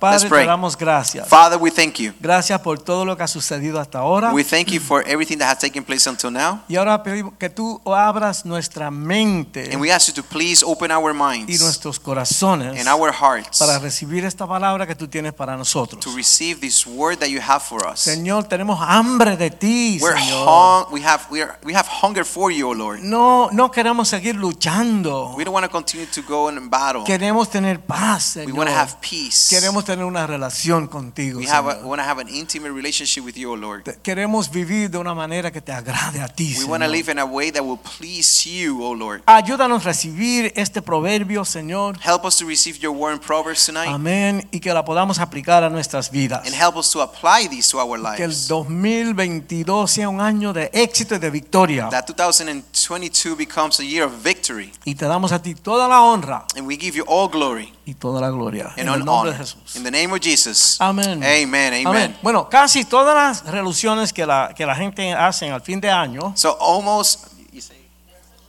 Padre, te pray. damos gracias. Father, we thank you. Gracias por todo lo que ha sucedido hasta ahora. We thank you for everything that has taken place until now. Y ahora pedimos que tú abras nuestra mente And we ask you to please open our y minds nuestros corazones and our hearts para to recibir esta palabra que tú tienes para nosotros. receive this word that you have for us. Señor, tenemos hambre de ti, We're Señor. hung, we have we, are, we have hunger for you, O Lord. No, no queremos seguir luchando. We don't want to continue to go in battle. Queremos tener paz, We Señor. want to have peace. Queremos tener una relación contigo, We have a, Señor. we want to have an intimate relationship with you, O Lord. Te- Queremos vivir de una manera que te agrade a ti, We Señor. want to live in a way that will please you, O Lord. Ayúdanos a recibir este proverbio, Señor. Help us to receive your word in Proverbs tonight Amén. Y que la podamos aplicar a nuestras vidas. and help us to apply these to our Que el lives. 2022 sea un año de éxito y de victoria. That 2022 becomes a year of victory. Y te damos a ti toda la honra And we give you all glory y toda la gloria. and En el all nombre de honor. Jesús. In the name of Jesus. Amén. Amen. Amen. Amén. Bueno, casi todas las resoluciones que la, que la gente hace al fin de año. So almost you say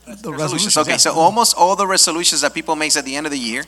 resolutions. Okay, so almost all the resolutions that people makes at the end of the year,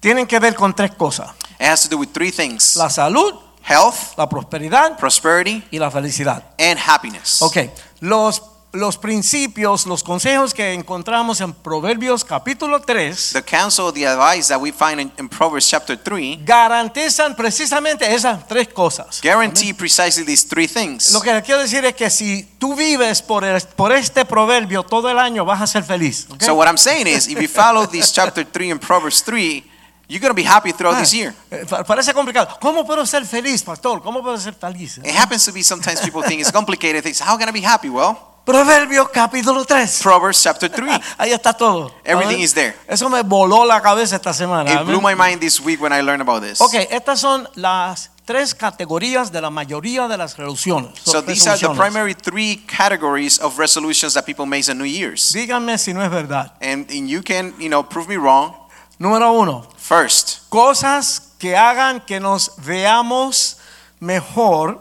Tienen que ver con tres cosas. it has to do with three things: La salud, health, la prosperidad prosperity, y la felicidad. and happiness. Ok, los, los principios, los consejos que encontramos en Proverbios capítulo 3 The counsel, the advice that we find in, in Proverbs chapter three garantizan precisamente esas tres cosas. guarantee precisely these three things. Lo que quiero decir es que si tú vives por, el- por este proverbio todo el año vas a ser feliz. ¿ok? So what I'm saying is, if you follow this chapter three in Proverbs three, you're gonna be happy throughout this year. Eh, pa- Parece complicado. ¿Cómo puedo ser feliz, pastor? ¿Cómo puedo ser feliz? It happens to be sometimes people think it's complicated. Things. How can I be happy? Well, Proverbios capítulo 3. Proverbs chapter three. Ahí está todo. Everything ¿Amén? is there. Eso me voló la cabeza esta semana. It ¿amén? blew my mind this week when I learned about this. Ok, estas son las tres categorías de la mayoría de las resoluciones. So these are the resoluciones. primary three categories of resolutions that people make on New Year's. Díganme si no es verdad. And, and you can, you know, prove me wrong. Número uno, First, cosas que hagan que nos veamos mejor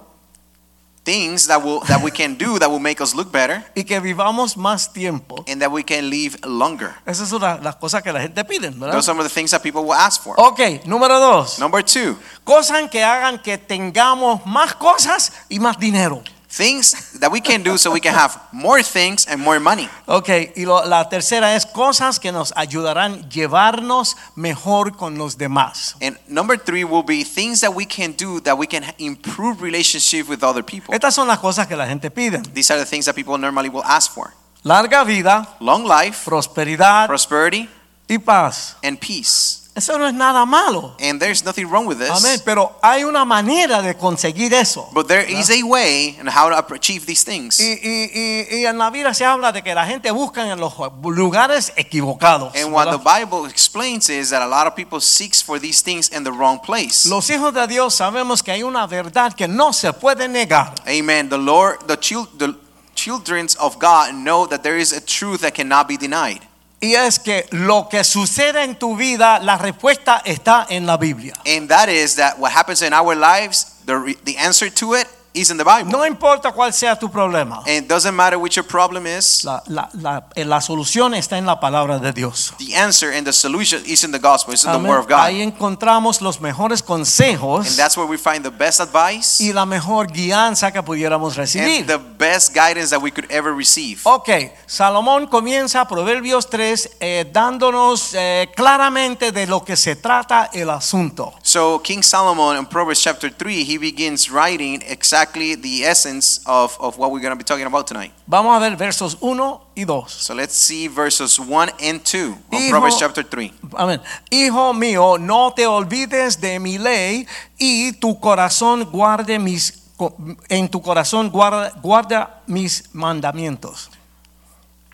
things that will that we can do that will make us look better y que vivamos más tiempo. and that we can live longer. Esas son la- las cosas que la gente pide, ¿verdad? Those are some of the things that people will ask for. Ok, número dos, Number two, cosas que hagan que tengamos más cosas y más dinero. things that we can do so we can have more things and more money. Ok, y lo- la tercera es cosas que nos ayudarán llevarnos mejor con los demás. And number three will be things that we can do that we can improve relationship with other people. Estas son las cosas que la gente pide. These are the things that people normally will ask for. Larga vida, Long life, prosperidad prosperity, y paz. and peace. Eso no es nada malo. And there's nothing wrong with this. Amén, pero hay una manera de conseguir eso. But there is a way and how to achieve these things. Y, y- y- y en la Biblia se habla de que la gente busca en los lugares equivocados. And what the ¿verdad? Bible explains is that a lot of people seeks for these things in the wrong place. Los hijos de Dios sabemos que hay una verdad que no se puede negar. Amen. The Lord, the, chil- the children of God know that there is a truth that cannot be denied. Y es que lo que sucede en tu vida, la respuesta está en la Biblia. And that is that what happens in our lives, the, re- the answer to it is in the Bible. No importa cuál sea tu problema, And it doesn't matter what your problem is, la, la- la- eh, la solución está en la palabra de Dios. the answer and the solution is in the gospel, it's in the Amén. word of God. Ahí encontramos los mejores consejos And that's where we find the best advice y la mejor guianza que pudiéramos recibir. Oh. and the best guidance that we could ever receive. Ok, Salomón comienza Proverbios 3 eh, dándonos eh, claramente de lo que se trata el asunto. So King Solomon in Proverbs chapter 3, he begins writing exactly the essence of, of what we're going to be talking about tonight. Vamos a ver versos 1 y 2. So let's see verses 1 and 2 of Hijo- Proverbs chapter 3. Amén. Hijo mío, no te olvides de mi ley y tu corazón guarde mis co- en tu corazón guarda, guarda mis mandamientos.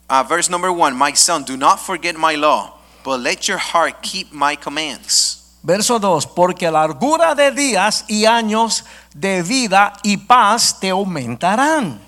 Uh, verse number 1, My son, do not forget my law, but let your heart keep my commands. Verso 2, porque largura de días y años de vida y paz te aumentarán.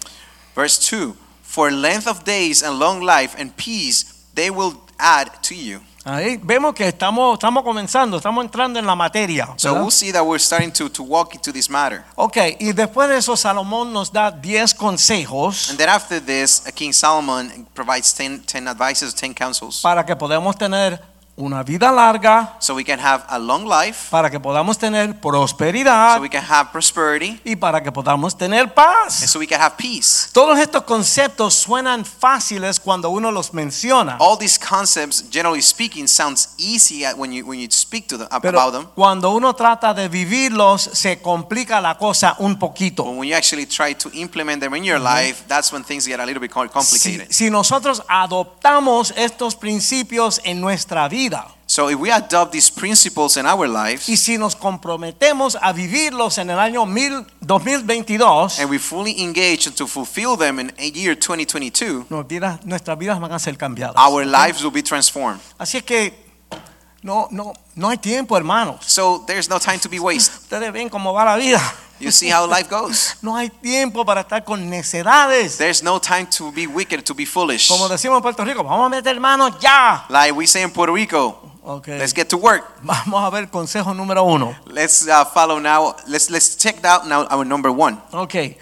Verse 2 For length of days and long life and peace they will add to you. Ahí vemos que estamos, estamos comenzando, estamos entrando en la materia. So ¿verdad? we'll see that we're starting to, to walk into this matter. Ok, y después de eso Salomón nos da 10 consejos And then after this, uh, King Solomon provides 10, 10 advices, 10 counsels. para que podamos tener una vida larga, So we can have a long life, para que podamos tener so prosperidad we can have prosperity, y para que podamos tener and paz. so we can have peace. Todos estos conceptos suenan fáciles cuando uno los menciona, All these concepts, generally speaking, sounds easy at- when you, when you speak to them, ab- about them. pero cuando uno trata de vivirlos se complica la cosa un poquito. But when you actually try to implement them in your life, that's when things get a little bit com- Si, complicated. si nosotros adoptamos estos principios en nuestra vida So if we adopt these principles in our lives y si nos comprometemos a vivirlos en el año mil- 2022, and we fully engage and to fulfill them in a year 2022, nos dirá- nuestras vidas van a ser cambiadas. our lives will be transformed. Así es que no, no, no hay tiempo, hermanos. So there's no time to be wasted. Ustedes ven cómo va la vida. You see how life goes. No hay tiempo para estar con necedades. There's no time to be wicked, to be foolish. Como decimos en Puerto Rico, vamos a meter manos ya. Like we say in Puerto Rico, Ok, let's get to work. Vamos a ver consejo número uno. Let's uh, follow now. Let's let's check out now our number one, Ok.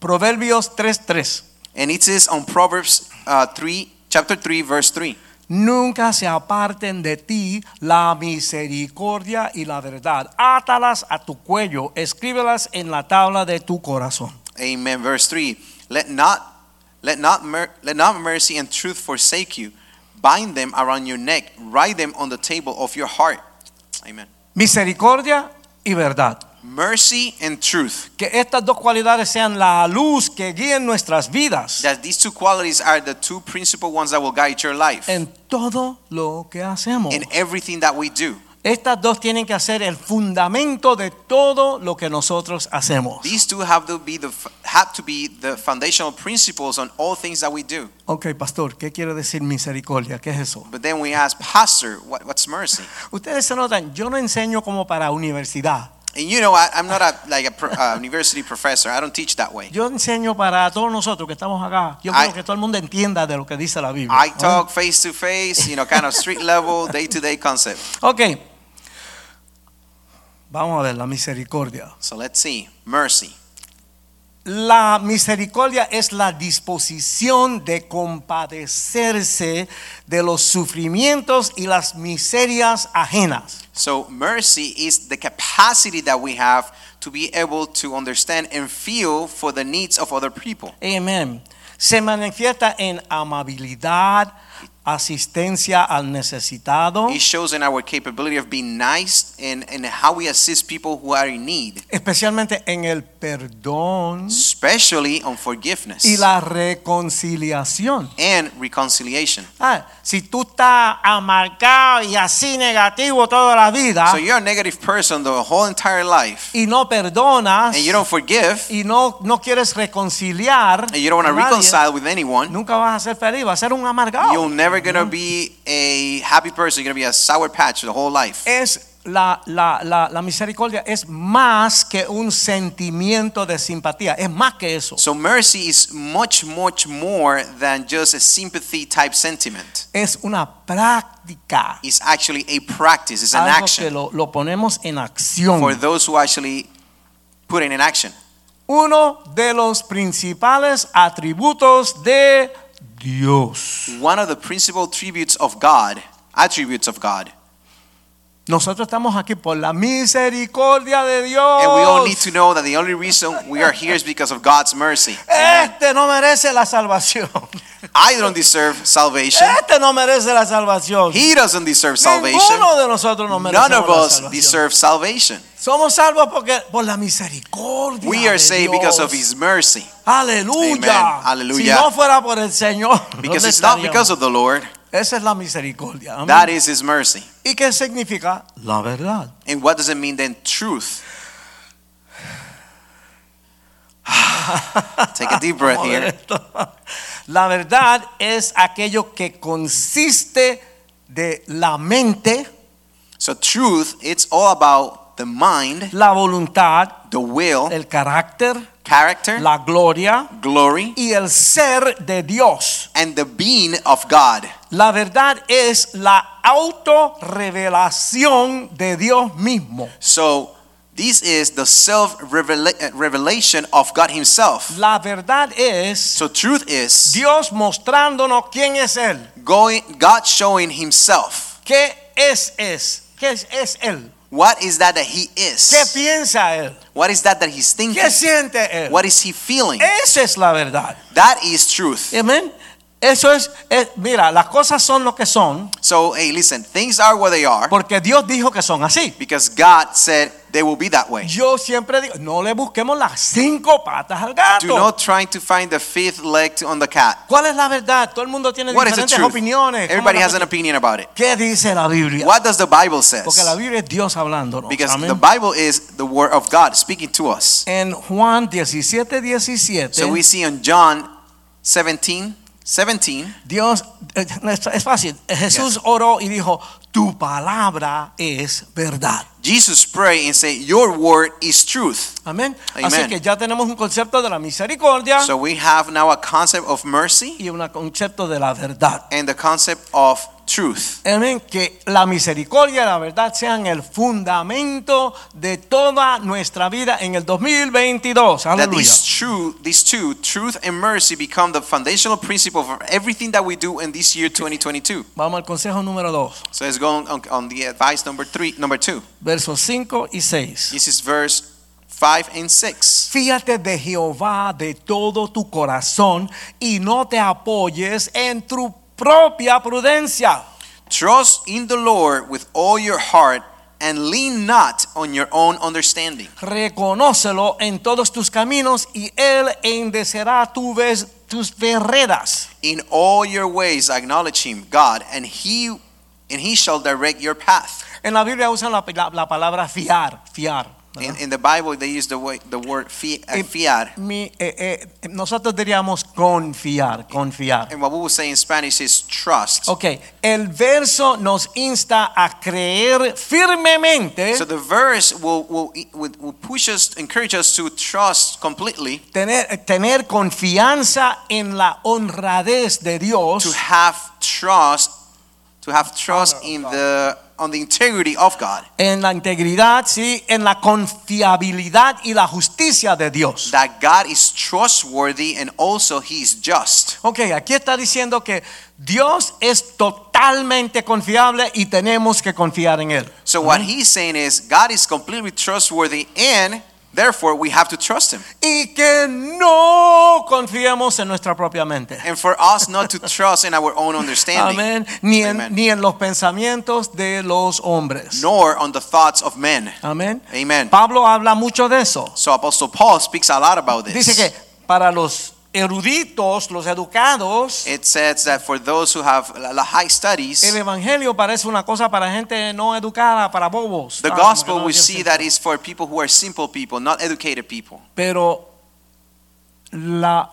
Proverbios 3:3. and it is on Proverbs uh, three, chapter three, verse three. Nunca se aparten de ti la misericordia y la verdad. Átalas a tu cuello, escríbelas en la tabla de tu corazón. Amen. Verse three. Let not let not mer- let not mercy and truth forsake you. Bind them around your neck. Write them on the table of your heart. Amen. Misericordia y verdad. Mercy and truth. Que estas dos cualidades sean la luz que guíen nuestras vidas That these two qualities are the two principal ones that will guide your life en todo lo que hacemos. in everything that we do. Estas dos tienen que ser el fundamento de todo lo que nosotros hacemos. These two have to be the have to be the foundational principles on all things that we do. Ok, pastor, ¿qué quiere decir misericordia? ¿Qué es eso? But then we ask, Pastor, what, what's mercy? Ustedes se notan, yo no enseño como para universidad. And you know, I, I'm not a like a pro, uh, university professor. I don't teach that way. Yo enseño para todos nosotros que estamos acá. Yo I- quiero que todo el mundo entienda de lo que dice la Biblia. I talk face to face, you know, kind of street level, day to day concept. ¿Ah? Ok. Vamos a ver la misericordia. So let's see, mercy. La misericordia es la disposición de compadecerse de los sufrimientos y las miserias ajenas. So mercy is the capacity that we have to be able to understand and feel for the needs of other people. Amén. Se manifiesta en amabilidad, asistencia al necesitado, It shows in our capability of being nice and, and how we assist people who are in need. especialmente en el perdón especially on forgiveness y la reconciliación. and reconciliation. Ah, si tú estás amargado y así negativo toda la vida So you're a negative person the whole entire life, y no perdonas, and you don't forgive, y no, no quieres reconciliar, and you don't want a to nadie, reconcile with anyone. nunca vas a ser feliz, vas a ser un amargado. You're never gonna be a happy person. You're gonna be a sour patch the whole Eh. life. es la, la, la, la misericordia es más que un sentimiento de simpatía, es más que eso. So mercy is much, much more than just a sympathy type sentiment. Es una práctica, It's actually a practice. It's an algo que action lo, lo ponemos en acción. for those who actually put it in action. Uno de los principales atributos de Dios. One of the principal tributes of God, attributes of God. Nosotros estamos aquí por la misericordia de Dios. And we all need to know that the only reason we are here is because of God's mercy. Este no merece la salvación. I don't deserve salvation. Este no merece la salvación. He doesn't deserve salvation. Ninguno de nosotros no merece None la of us salvación. deserve salvation. Somos salvos porque por la misericordia. We are de saved Dios. because of His mercy. Aleluya. Amen. Aleluya. Si no fuera por el Señor, ¿dónde Because it's not estaríamos? because of the Lord. Esa es la misericordia. Amén. That is His mercy. ¿Y qué significa? La verdad. And what does it mean then? Truth. Take a deep breath Vamos a ver here. esto. La verdad es aquello que consiste de la mente, So truth, it's all about the mind, la voluntad, the will, el carácter, character, la gloria glory, y el ser de Dios. and the being of God. La verdad es la autorrevelación de Dios mismo. So this is the self revelation of God Himself. La verdad es So truth is Dios mostrándonos quién es Él. going, God showing Himself. ¿Qué es es? ¿Qué es, es Él? What is that that He ¿Qué is? piensa Él? What is that that He's thinking? ¿Qué siente Él? What is He feeling? Esa es la verdad. That is truth. Amén. Eso es, es- mira, las cosas son lo que son So hey, listen, things are what they are porque Dios dijo que son así. because God said they will be that way. Yo siempre digo, no le busquemos las cinco patas al Do gato. not try to find the fifth leg to, on the cat. ¿Cuál es la verdad? Todo el mundo tiene What is the diferentes truth? opiniones. ¿Cómo Everybody la- has an opinion about it. ¿Qué dice la Biblia? What does the Bible Porque la says? Biblia es Dios hablándonos. Because Amén. the Bible is the word of God speaking to us. en Juan 17, 17, So we see in John 17, 17, Dios, eh, es es fácil, Jesús oró y dijo, tu palabra es verdad. Jesus pray and say, Your word is truth. Amén. Amen. Así que ya tenemos un concepto de la misericordia So we have now a concept of mercy y un concepto de la verdad. and the concept of truth. Amén. Que la misericordia y la verdad sean el fundamento de toda nuestra vida en el 2022. That Aleluya. these two, these two, truth and mercy, become the foundational principle for everything that we do in this year 2022. Vamos al consejo número 2, So let's go on, on the advice number three, number two. versos 5 y 6. This is verse five and six. Fíjate de Jehová de todo tu corazón y no te apoyes en tu propia prudencia. Trust in the Lord with all your heart and lean not on your own understanding. Reconócelo en todos tus caminos y él endecerá tu vez- tus veredas. In all your ways acknowledge him, God, and he and he shall direct your path. En la Biblia usan la, la- la palabra fiar, fiar. ¿verdad? In, in the Bible they use the way, the word fi, uh, If- fiar. Mi- eh, eh, nosotros diríamos confiar, confiar. And what we will say in Spanish is trust. Ok, el verso nos insta a creer firmemente, So the verse will, will will will push us, encourage us to trust completely, tener, tener confianza en la honradez de to Dios have trust, to have trust in the on the integrity of God, en la integridad, sí, en la confiabilidad y la justicia de Dios. that God is trustworthy and also He is just. Ok, aquí está diciendo que Dios es totalmente confiable y tenemos que confiar en Él. So what He's saying is God is completely trustworthy, and therefore we have to trust Him. Y que no confiemos en nuestra propia mente. and for us not to trust in our own understanding, Amén. Ni en, Amen. ni en los pensamientos de los hombres. nor on the thoughts of men. Amén. Amen. Pablo habla mucho de eso. So Apostle Paul speaks a lot about Dice this. que para los eruditos, los educados, It says that for those who have la- la- high studies, el evangelio parece una cosa para gente no educada, para bobos. the Ah, como que gospel no we tiene see sentido. that is for people who are simple people, not educated people. Pero la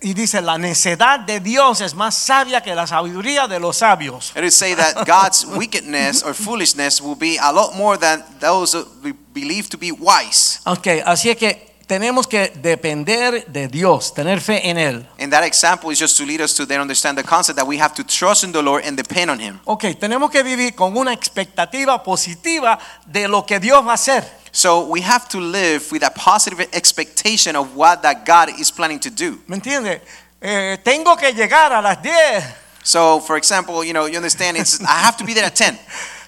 y dice la necedad de Dios es más sabia que la sabiduría de los sabios. It would say that God's wickedness or foolishness will be a lot more than those who we believe to be wise. Ok, así es que tenemos que depender de Dios, tener fe en él. And that example is just to lead us to then understand the concept that we have to trust in the Lord and depend on Him. Ok, tenemos que vivir con una expectativa positiva de lo que Dios va a hacer. So we have to live with a positive expectation of what that God is planning to do. ¿Me entiende? Eh, tengo que llegar a las 10. So, for example, you know, you understand it's I have to be there at 10.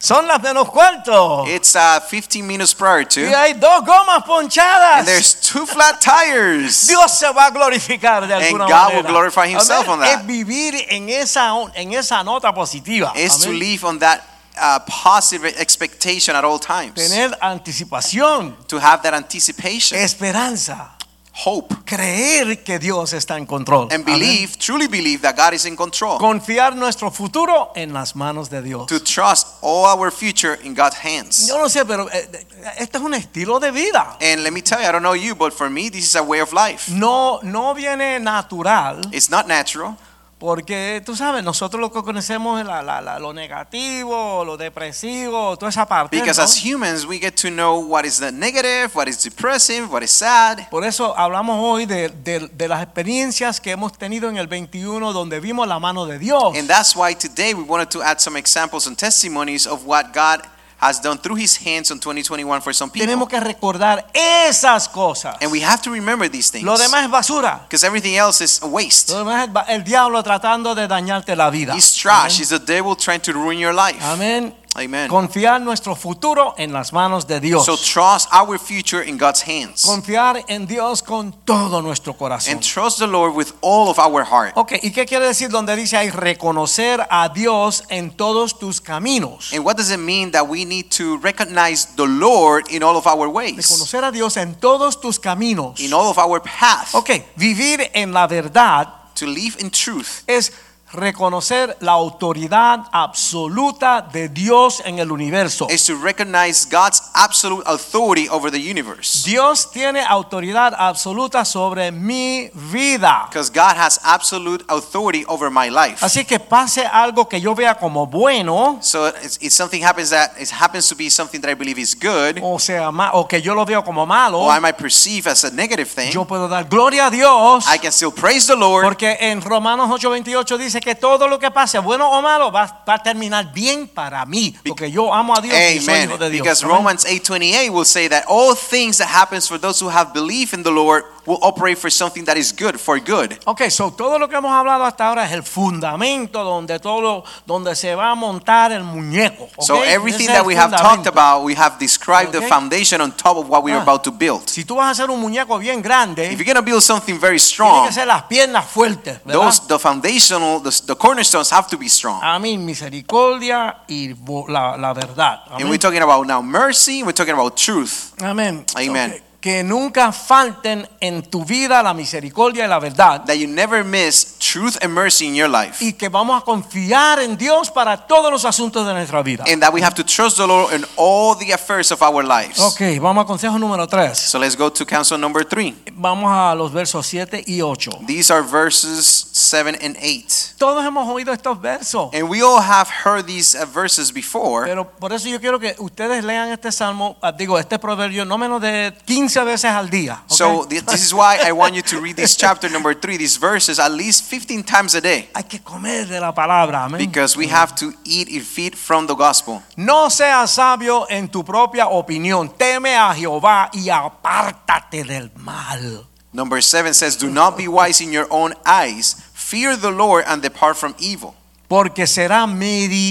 Son las menos cuarto. It's uh, 15 minutes prior to, Y hay dos gomas ponchadas. and there's two flat tires. Dios se va a glorificar de alguna God manera. will glorify himself Amén. on that. Es vivir en esa en esa nota positiva. It's to Amén. live on that uh, positive expectation at all times, Tener anticipación, to have that anticipation, esperanza, hope, creer que Dios está en control. and Amén. believe, truly believe that God is in control. Confiar nuestro futuro en las manos de Dios. to trust all our future in God's hands. Yo no sé, pero eh, eh, este es un estilo de vida. And let me tell you, I don't know you, but for me, this is a way of life. No no viene natural, It's not natural. Porque tú sabes, nosotros lo que conocemos es la- la- la- lo negativo, lo depresivo, toda esa parte. Because ¿no? as humans, we get to know what is the negative, what is depressive, what is sad. Por eso hablamos hoy de, de- de las experiencias que hemos tenido en el 21 donde vimos la mano de Dios. And that's why today we wanted to add some examples and testimonies of what God has done through his hands on 2021 for some people. Tenemos que recordar esas cosas. And we have to remember these things. Lo demás es basura. Because everything else is a waste. Lo demás es ba- el diablo tratando de dañarte la vida. He's trash. He's the devil trying to ruin your life. Amén. Amen. Confiar nuestro futuro en las manos de Dios. So trust our future in God's hands. Confiar en Dios con todo nuestro corazón. And trust the Lord with all of our heart. Ok, ¿y qué quiere decir donde dice ahí reconocer a Dios en todos tus caminos? And what does it mean that we need to recognize the Lord in all of our ways, Reconocer a Dios en todos tus caminos. in all of our path? Ok, vivir en la verdad To live in truth es reconocer la autoridad absoluta de Dios en el universo. is to recognize God's absolute authority over the universe. Dios tiene autoridad absoluta sobre mi vida. Because God has absolute authority over my life. Así que pase algo que yo vea como bueno, So it's, it's something happens that it happens to be something that I believe is good, o sea, ma- o que yo lo veo como malo, or I might perceive as a negative thing. Oh. yo puedo dar gloria a Dios. I can still praise the Lord Porque en Romanos 8:28 dice que todo lo que pase, bueno o malo, va, va a terminar bien para mí, porque yo amo a Dios y soy hijo de Amen. Dios. Because Amén. Romans 8:28 will say that all things that happens for those who have belief in the Lord will operate for something that is good, for good. Ok, so todo lo que hemos hablado hasta ahora es el fundamento donde todo, donde se va a montar el muñeco. ok? So Ese everything es that el we have talked fundamento. about, we have described the Okay. foundation on top of what we are Ah. about to build. Si tú vas a hacer un muñeco bien grande, If you're going to build something very tiene strong, que ser las piernas fuertes, ¿verdad? Ah, those the foundational the, the cornerstones have to be strong. Amén, misericordia y vo- la, la verdad. And we're Amén. talking about now mercy, we're talking about truth. Amén. Amen. Ok, Que nunca falten en tu vida la misericordia y la verdad. That you never miss truth and mercy in your life. y que vamos a confiar en Dios para todos los asuntos de nuestra vida. And that we have to trust the Lord in all the affairs of our lives. Ok, vamos a consejo número 3. So let's go to counsel number 3. Vamos a los versos 7 y 8. These are verses 7 and 8. Todos hemos oído estos versos, And we all have heard these uh, verses before. pero por eso yo quiero que ustedes lean este salmo, ah, digo, este proverbio no menos de 15 veces al día. ok? So thi- this is why I want you to read this chapter number 3, these verses at least 15 times a day Hay que comer de la palabra, amén. because we have to eat and feed from the gospel. No seas sabio en tu propia opinión. Teme a Jehová y apártate del mal. Number 7 says, "Do not be wise in your own eyes. Fear the Lord and depart from evil." Porque será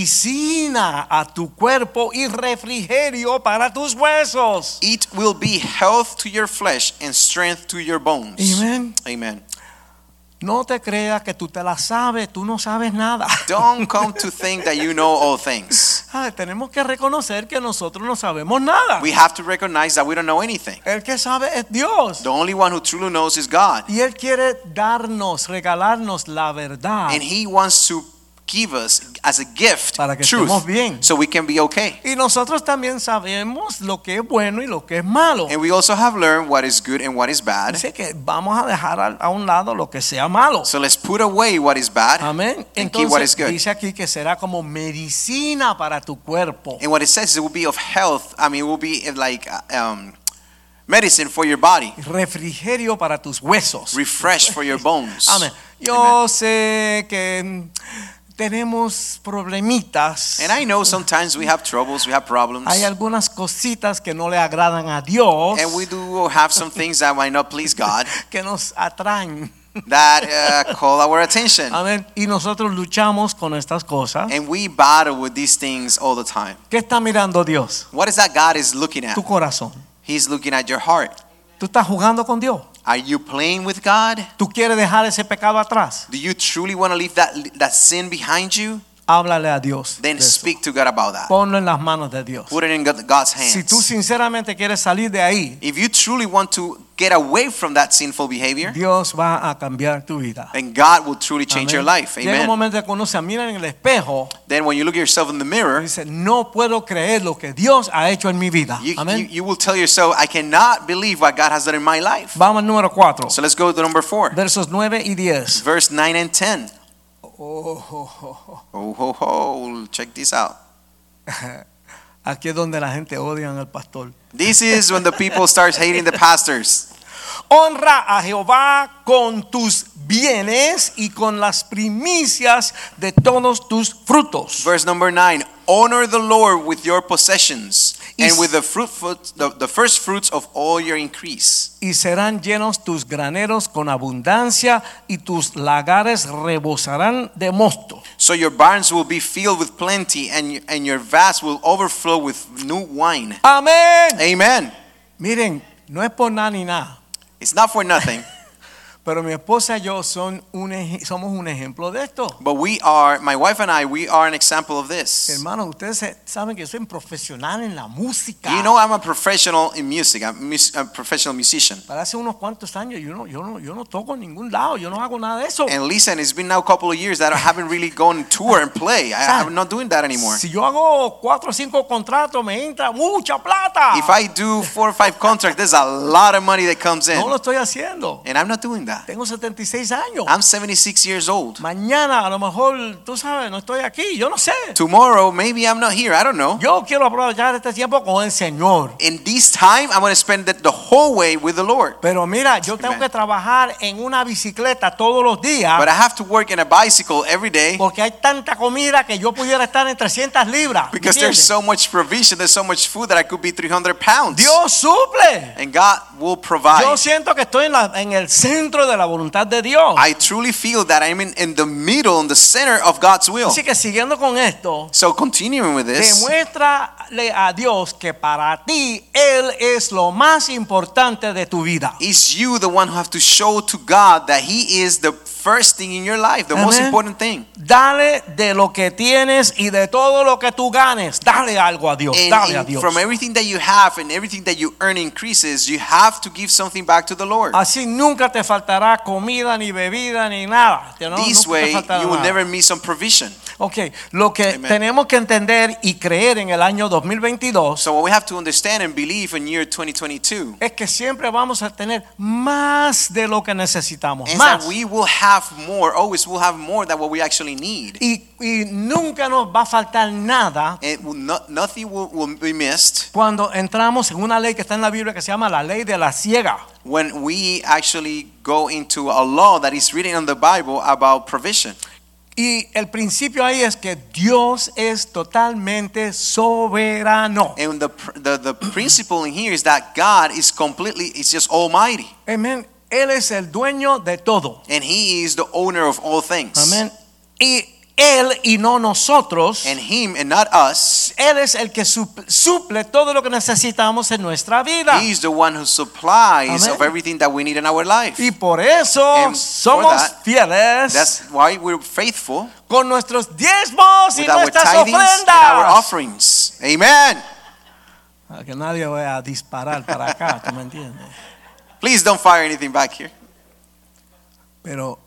medicina a tu cuerpo y refrigerio para tus huesos. It will be health to your flesh and strength to your bones. Amen. Amen. No te creas que tú te la sabes, tú no sabes nada. Don't come to think that you know all things. Ah, tenemos que reconocer que nosotros no sabemos nada. We have to recognize that we don't know anything. El que sabe es Dios. The only one who truly knows is God. Y Él quiere darnos, regalarnos la verdad. and he wants to give us as a gift Para que estemos truth bien. so we can be okay Y nosotros también sabemos lo que es bueno y lo que es malo. and we also have learned what is good and what is bad Dice que vamos a dejar al- a un lado lo que sea malo. so let's put away what is bad Amén. and keep what is Entonces good dice aquí que será como medicina para tu cuerpo. and what it says it will be of health i mean it will be like uh, um, medicine for your body Refrigerio para tus huesos. refresh for your bones Amén. Yo Amen. sé que mm, tenemos problemitas. and i know sometimes we have troubles we have problems Hay algunas cositas que no le agradan a Dios, and we do have some things that might not please god que nos atraen. that uh, call our attention Amén. Y nosotros luchamos con estas cosas. and we battle with these things all the time ¿Qué está mirando Dios? what is that god is looking at Tu corazón. He's looking at your heart. ¿Tú estás jugando con Dios? Are you playing with God? ¿Tú quieres dejar ese pecado atrás? Do you truly want to leave that that sin behind you? Háblale a Dios. Then de eso. speak to God about that. Ponlo en las manos de Dios. Put it in God- God's Si tú hands. sinceramente quieres salir de ahí, If you truly want to get away from that sinful behavior, Dios va a cambiar tu vida. then God will truly change your Amén. life. Llega un Amen. momento que uno se mira en el espejo Then when you look at yourself in the y mirror, dice, no puedo creer lo que Dios ha hecho en mi vida. you, you, Amén. you will tell yourself, I cannot believe what God has done in my life. Vamos al número 4, So let's go to number four, versos 9 y 10. verse 9 and 10. Oh, oh, oh, oh. Oh, ho, ho, check this out. Aquí es donde la gente odia al pastor. This is when the people start hating the pastors. Honra a Jehová con tus bienes y con las primicias de todos tus frutos. Verse number nine: Honor the Lord with your possessions Y- and with the fruitful, the, the first fruits of all your increase, Y serán llenos tus graneros con abundancia y tus lagares rebosarán de mosto. so your barns will be filled with plenty, and and your vats will overflow with new wine. Amén. Amen. Miren, no es por nada ni nada, It's not for nothing, pero mi esposa y yo son un ej- somos un ejemplo de esto. but we are. My wife and I, we are an example of this. Hermanos, ustedes se- saben que yo soy un profesional en la música. You know, I'm a professional in music. I'm a mus- a professional musician. Para hace unos cuantos años yo no, yo no, yo no toco en ningún lado, yo no hago nada de eso. And listen, it's been now a couple of years that I haven't really gone tour and play. I, Sad. I'm not doing that anymore. Si yo hago cuatro o cinco contratos me entra mucha plata. If I do four or five contracts, there's a lot of money that comes in. no lo estoy haciendo. And I'm not doing that. Tengo 76 años. I'm 76 years old. Mañana a lo mejor, tú sabes, no estoy aquí, yo no sé. Tomorrow, maybe I'm not here. I don't know. Yo quiero aprovechar este tiempo con el Señor. In this time, I'm going to spend the, the whole way with the Lord. Pero mira, yo tengo Amen. que trabajar en una bicicleta todos los días But I have to work in a bicycle every day porque hay tanta comida que yo pudiera estar en 300 libras. ¿me because there's entiendes? so much provision, there's so much food that I could be 300 pounds. Dios suple. And God will Yo provide. siento que estoy en, la- en el centro de la voluntad de Dios. I truly feel that I'm in, in the middle, in the center of God's will. Así que siguiendo con esto, So continuing with this, demuéstrale a Dios que para ti Él es lo más importante de tu vida. is you the one who have to show to God that He is the first thing in your life, the most Amen. important thing. Dale de lo que tienes y de todo lo que tú ganes. Dale algo a Dios. And Dale in- a Dios. from everything that you have and everything that you earn increases, you have to give something back to the Lord. Así nunca te faltará comida ni bebida ni nada. Te- no- this nunca te way, faltará you will nada. never miss some provision. Ok, lo que Amen. tenemos que entender y creer en el año 2022 So what we have to understand and believe in year 2022 es que siempre vamos a tener más de lo que necesitamos. is Más. that we will have more, always will have more than what we actually need. Y, y nunca nos va a faltar nada It will not, nothing will, will be missed cuando entramos en una ley que está en la Biblia que se llama la ley de la ciega. when we actually go into a law that is written in the Bible about provision. Y el principio ahí es que Dios es totalmente soberano. And the, pr- the, the principle in here is that God is completely, it's just almighty. Amén. Él es el dueño de todo. And he is the owner of all things. Amén. Y Él y no nosotros. And him and not us, Él es el que suple, suple todo lo que necesitamos en nuestra vida. he is the one who supplies Amen. of everything that we need in our life. Y por eso And em, for somos that- fieles That's why we're faithful con nuestros diezmos y with our nuestras tithings and our ofrendas. offerings. Amen. A que nadie vaya a disparar para acá, ¿tú me entiendes? Please don't fire anything back here. Pero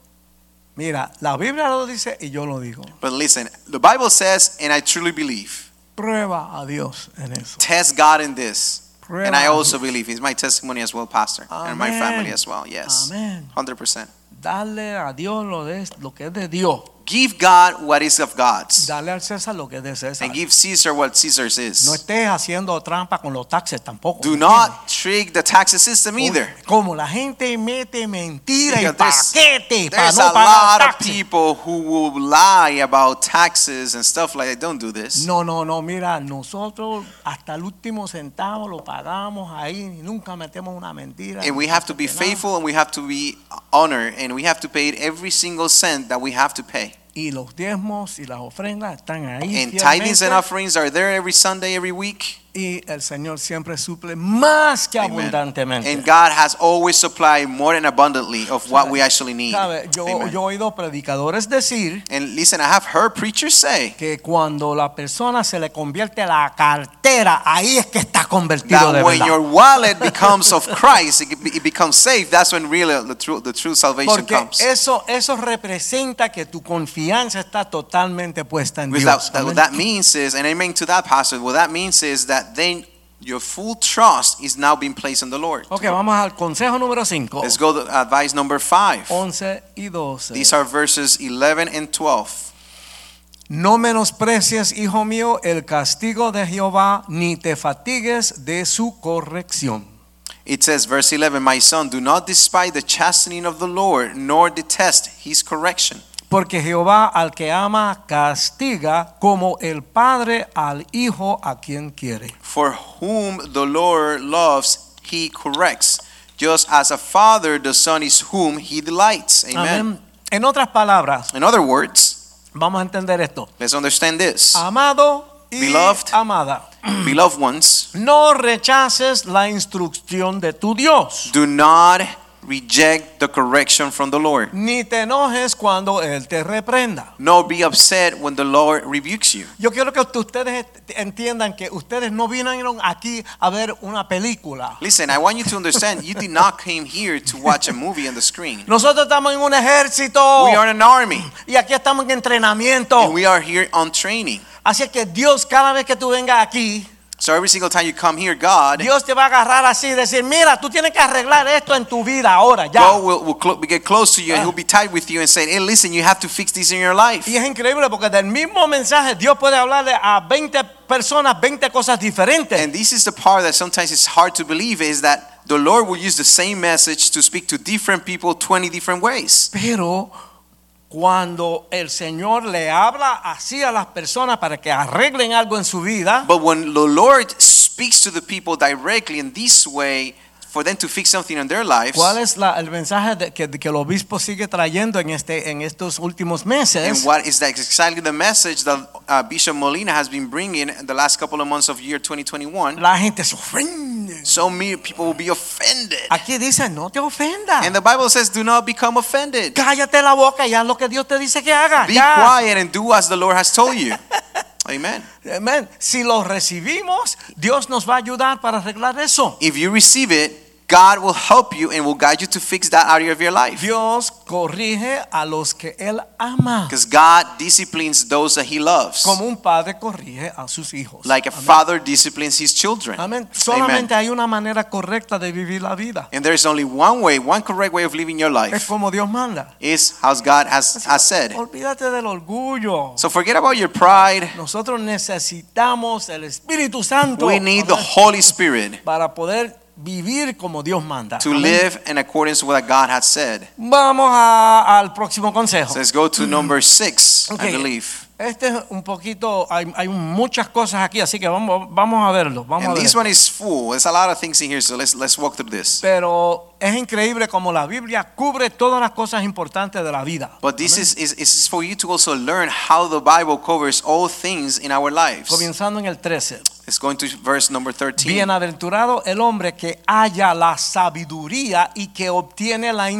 mira, la Biblia lo dice y yo lo digo. But listen, the Bible says, and I truly believe, Prueba a Dios en eso. test God in this. Prueba And I a also believe it's my testimony as well, Pastor, and my Amen. family as well. Yes, Dios. Amén. 100%. Dale a Dios lo, de, lo que es de Dios. Give God what is of God's, Dale al César lo que es de César. and give Caesar what Caesar's No is. estés haciendo trampa con los taxes tampoco. Do not trick the taxes system either. Como la gente mete mentira y Because there's- paquete para There's no a pagar lot of taxes. people who will lie about taxes and stuff like that. Don't do this. No, no, no, mira, nosotros hasta el último centavo lo pagamos ahí y nunca metemos una mentira. And we have to be faithful and we have to be honor and we have to pay every single cent that we have to pay. Y los diezmos y las ofrendas están ahí. And fielmente, tithings and offerings are there every Sunday, every week. y el Señor siempre suple más que Amen. abundantemente. And God has always supplied more than abundantly of what we actually need. ¿Sabe? Yo, Amen. yo he oído predicadores decir And listen, I have heard preachers say que cuando la persona se le convierte la cartera, ahí es que está convertido de that when verdad. your wallet becomes of Christ, it, be- it becomes safe. That's when really the true, the true salvation Porque comes. eso, eso representa que tu confianza está totalmente puesta en Because Dios. that, that, Amén. what that means is, and amen to that, Pastor. What that means is that then Your full trust is now being placed on the Lord. Ok, vamos al consejo número 5. Let's go to advice number five. 11 y 12. These are verses 11 and 12. No menosprecies, hijo mío, el castigo de Jehová, ni te fatigues de su corrección. It says, verse 11, My son, do not despise the chastening of the Lord, nor detest his correction. Porque Jehová al que ama castiga como el padre al hijo a quien quiere. For whom the Lord loves, he corrects. Just as a father, the son is whom he delights. Amen. En otras palabras, In other words, vamos a entender esto. let's understand this. Amado y Beloved. amada, Beloved ones, no rechaces la instrucción de tu Dios, do not reject the correction from the Lord, ni te enojes cuando Él te reprenda. nor be upset when the Lord rebukes you. Yo quiero que ustedes entiendan que ustedes no vinieron aquí a ver una película. Listen, I want you to understand you did not came here to watch a movie on the screen. Nosotros estamos en un ejército We are an army, y aquí estamos en entrenamiento. and we are here on training. Así es que Dios cada vez que tú vengas aquí, So every single time you come here, God, Dios te va a agarrar así y decir, mira, tú tienes que arreglar esto en tu vida ahora, ya. God will, will clo- get close to you, Uh. and He'll be tight with you and say, "Hey, listen, you have to fix this in your life." Y es increíble porque del mismo mensaje Dios puede hablarle a 20 personas 20 cosas diferentes. And this is the part that sometimes it's hard to believe is that the Lord will use the same message to speak to different people 20 different ways. Pero cuando el Señor le habla así a las personas para que arreglen algo en su vida, But when the Lord speaks to the people directly in this way for them to fix something in their lives, ¿cuál es la- el mensaje de- que, que el obispo sigue trayendo en, este, en estos últimos and meses? what is that exactly the message that uh, Bishop Molina has been bringing the last couple of months of year 2021? La gente se ofende. So many people will be offended. Aquí dice, no te ofendas. And the Bible says, do not become offended. Cállate la boca y haz lo que Dios te dice que hagas. Be ya. quiet and do as the Lord has told you. Amen. Amén. Si lo recibimos, Dios nos va a ayudar para arreglar eso. If you receive it, God will help you and will guide you to fix that area of your life. Dios corrige a los que Él ama, Because God disciplines those that He loves, como un padre corrige a sus hijos. like a Amén. father disciplines his children. Amén. Amen. Solamente hay una manera correcta de vivir la vida. And there's only one way, one correct way of living your Es life como Dios manda. is how God has, has said. Olvídate del orgullo. So forget about your pride. Nosotros necesitamos el Espíritu Santo We need the amén, Holy Spirit para poder vivir como Dios manda. to Amén. live in accordance with what God has said. Vamos a- al próximo consejo. So let's go Mm-hmm. to number six, Ok. I believe. Este es un poquito, hay, hay muchas cosas aquí, así que vamos, vamos a verlo. Vamos a And this verlo. one is full. There's a lot of things in here, so let's let's walk through this. Pero es increíble como la Biblia cubre todas las cosas importantes de la vida. But this is, is is for you to also learn how the Bible covers all things in our lives. Comenzando en el 13. It's going to verse number 13. Bienaventurado el hombre que halla la sabiduría y que obtiene la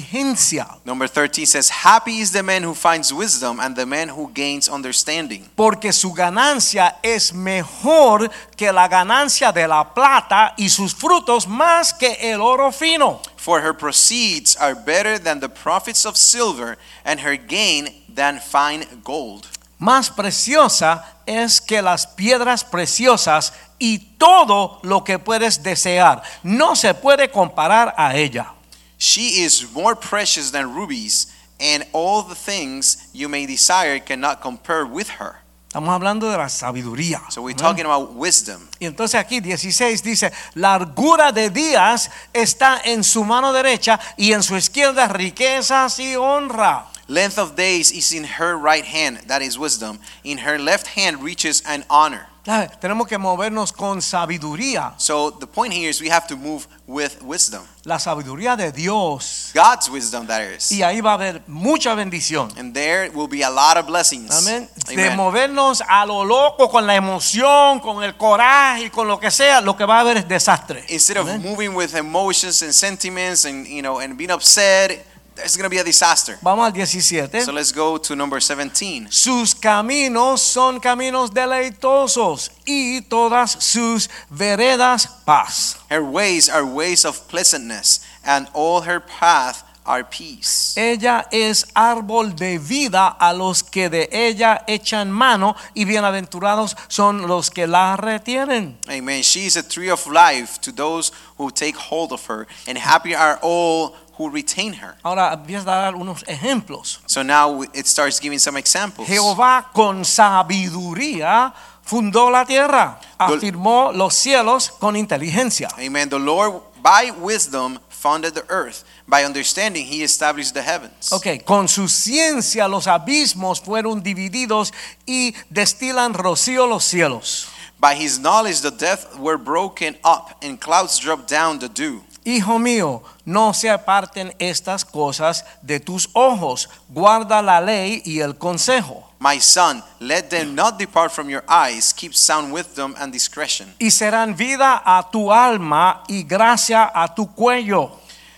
inteligencia, Number 13 says, Happy is the man who finds wisdom and the man who gains understanding. porque su ganancia es mejor que la ganancia de la plata y sus frutos más que el oro fino. For her proceeds are better than the profits of silver, and her gain than fine gold. más preciosa es que las piedras preciosas y todo lo que puedes desear. No se puede comparar a ella. She is more precious than rubies, and all the things you may desire cannot compare with her. Estamos hablando de la sabiduría. So we're Amén. talking about wisdom. Y entonces aquí 16 dice, largura de días está en su mano derecha y en su izquierda riquezas y honra. Length of days is in her right hand, that is wisdom. In her left hand riches and honor. ¿Sabe? Tenemos que movernos con sabiduría, So the point here is we have to move with wisdom. la sabiduría de Dios. God's wisdom, that is. Y ahí va a haber mucha bendición. And there will be a lot of blessings. Amén. De Amen. movernos a lo loco con la emoción, con el coraje, con lo que sea, lo que va a haber es desastre. Instead of Amén. moving with emotions and sentiments and you know and being upset, there's gonna be a disaster. Vamos al 17. So let's go to number 17. Sus caminos son caminos deleitosos y todas sus veredas paz. Her ways are ways of pleasantness, and all her path our peace. Ella es árbol de vida a los que de ella echan mano y bienaventurados son los que la retienen. Amen. She is a tree of life to those who take hold of her, and happy are all who retain her. Ahora voy a dar unos ejemplos. So now it starts giving some examples. Jehová con sabiduría fundó la tierra, Dol- afirmó los cielos con inteligencia. Amen. The Lord, by wisdom, founded the earth. By understanding, he established the heavens. Ok, con su ciencia los abismos fueron divididos y destilan rocío los cielos. By his knowledge, the depths were broken up, and clouds dropped down the dew. Hijo mío, no se aparten estas cosas de tus ojos, guarda la ley y el consejo, My son, let them not depart from your eyes. Keep sound wisdom and discretion. y serán vida a tu alma y gracia a tu cuello.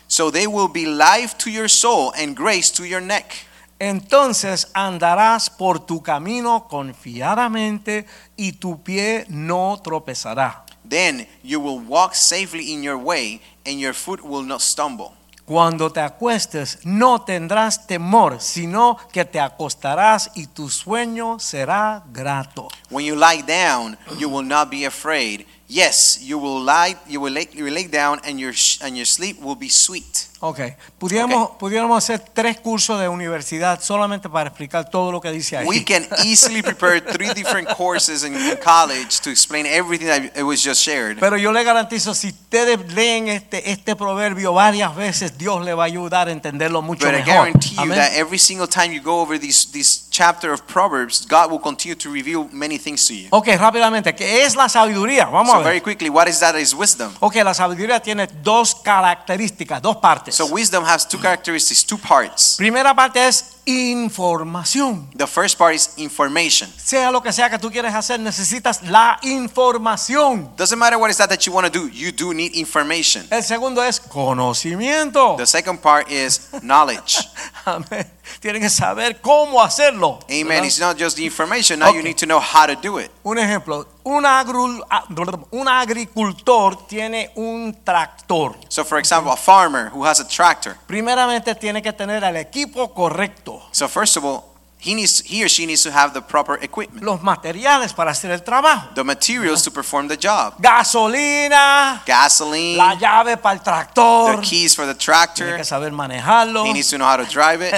So they will be life to your soul and grace to your neck. Entonces andarás por tu camino confiadamente y tu pie no tropezará. Then you will walk safely in your way, and your foot will not stumble. Cuando te acuestes no tendrás temor, sino que te acostarás y tu sueño será grato. When you lie down, you will not be afraid. Yes, you will lie. You will lay, you will lay down, and your sh- and your sleep will be sweet. Ok, pudiéramos, pudiéramos hacer tres cursos de universidad solamente para explicar todo lo que dice ahí. We can easily prepare three different courses in, in college to explain everything that it was just shared. Pero yo le garantizo, si ustedes leen este, este proverbio varias veces, Dios le va a ayudar a entenderlo mucho But I mejor. guarantee you Amén. that every single time you go over these this chapter of Proverbs, God will continue to reveal many things to you. Ok, rápidamente, ¿qué es la sabiduría? Vamos So a ver. very quickly, what is that? Is wisdom. Ok, la sabiduría tiene dos características, dos partes. So wisdom has two characteristics, two parts. Primera parte es información. The first part is information. Sea lo que sea que tú quieres hacer, necesitas la información. Doesn't matter what is that that you want to do, you do need information. El segundo es conocimiento. The second part is knowledge. Uh-huh. Amén. Tienen que saber cómo hacerlo. Amen. ¿verdad? It's not just the information. Now you Okay. need to know how to do it. Un ejemplo, un, agru- a- un agricultor tiene un tractor. So, for example, a farmer who has a tractor. Primeramente tiene que tener el equipo correcto, So, first of all, he needs he or she needs to have the proper equipment, los materiales para hacer el trabajo, the materials to perform the job, gasolina, gasoline, la llave para el tractor. the keys for the Tiene tractor. que saber manejarlo. He needs to know how to drive it.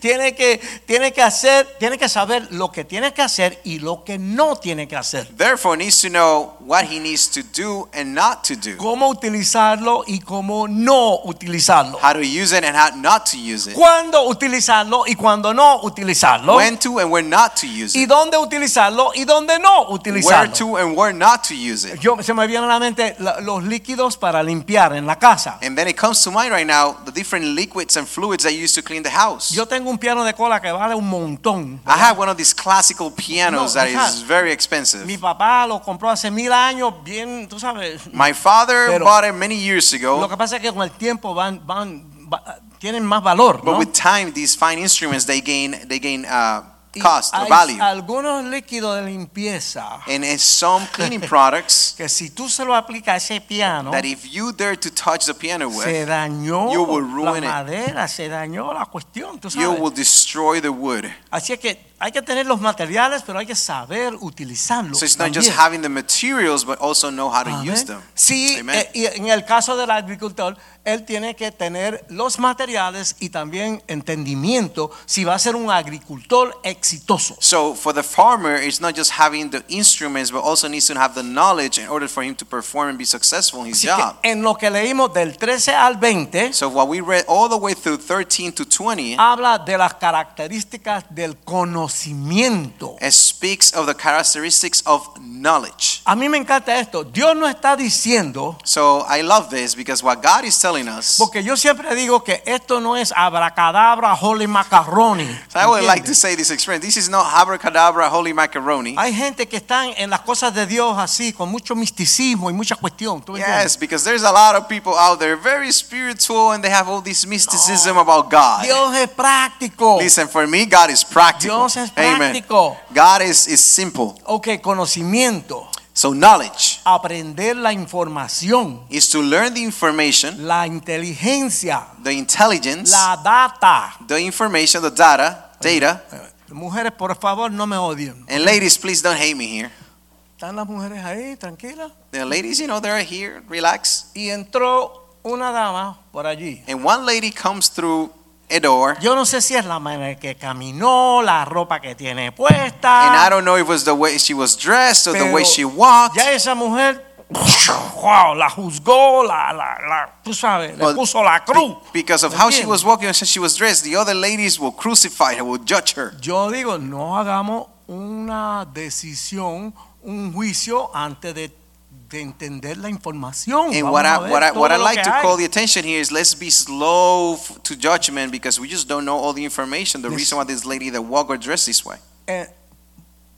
tiene que tiene que hacer, tiene que saber lo que tiene que hacer y lo que no tiene que hacer. Therefore, needs to know what he needs to do and not to do, Cómo utilizarlo y cómo no utilizarlo. how to use it and how not to use it, Cuándo utilizarlo y cuándo no utilizarlo. when to and when not to use y it, dónde utilizarlo y dónde no where utilizarlo. to and where not to use it. Yo se me viene a la mente la- los líquidos para limpiar en la casa. And then it comes to mind right now the different liquids and fluids I use to clean the house. Yo tengo un piano de cola que vale un montón. I have one of these classical pianos No, that deja. is very expensive. Mi papá lo compró hace mil años, bien, tú sabes. My father Pero- bought it many years Lo ago, que pasa es que con el tiempo van, van, va- tienen más valor. but ¿no? with time, these fine instruments they gain they gain uh, Y cost or hay value. Algunos líquidos de limpieza And in some cleaning products que si tú se lo aplicas a ese piano, that if you dare to touch the piano se with, dañó you will ruin it. la madera, se dañó la cuestión. Tú you sabes. will destroy the wood. Así es que hay que tener los materiales, pero hay que saber utilizarlos. So it's not just también. having the materials, but also know how to use Amén. them. Sí, Pues Amen. eh, y en el caso del agricultor, él tiene que tener los materiales y también entendimiento si va a ser un agricultor exitoso. So for the farmer, it's not just having the instruments, but also needs to have the knowledge in order for him to perform and be successful in his Así job. que en lo que leímos del 13 al 20, So what we read all the way through 13 to 20 habla de las características del conocimiento. it speaks of the characteristics of knowledge. A mí me encanta esto. Dios no está diciendo, So I love this because what God is telling us. porque yo siempre digo que esto no es abracadabra, holy macaroni. So I would ¿entiendes? like to say this experience. This is not abracadabra, holy macaroni. Hay gente que están en las cosas de Dios así, con mucho misticismo y mucha cuestión. ¿tú me Yes, entiendes? because there's a lot of people out there very spiritual and they have all this mysticism about God. Dios es práctico. Listen, for me, God is practical. Dios es Amen. práctico. God is, is simple. Ok, conocimiento. So knowledge Aprender la información, is to learn the information, la inteligencia, the intelligence, la data. the information, the data, data. Mujeres, por favor, no me odien. And ladies, please don't hate me here. Están las mujeres ahí, tranquilas. The ladies, you know, they're here, relax. Y entró una dama por allí. And one lady comes through a door, Yo no sé si es la manera que caminó, la ropa que tiene and I puesta. don't know if it was the way she was dressed or the way Pero she walked. Ya esa mujer, wow, la juzgó, la, la, la- tú sabes, le Well, puso la cruz. Because of how she Entiendo. was walking and she was dressed, the other ladies will crucify her, will judge her. Yo digo, no hagamos una decisión, un juicio antes de, de entender la información. And Vamos what a I ver what I todo what I lo like que to hay. call the attention here is let's be slow f- to judgment because we just don't know all the information. The Yes. reason why this lady that walk or dress this way, Eh,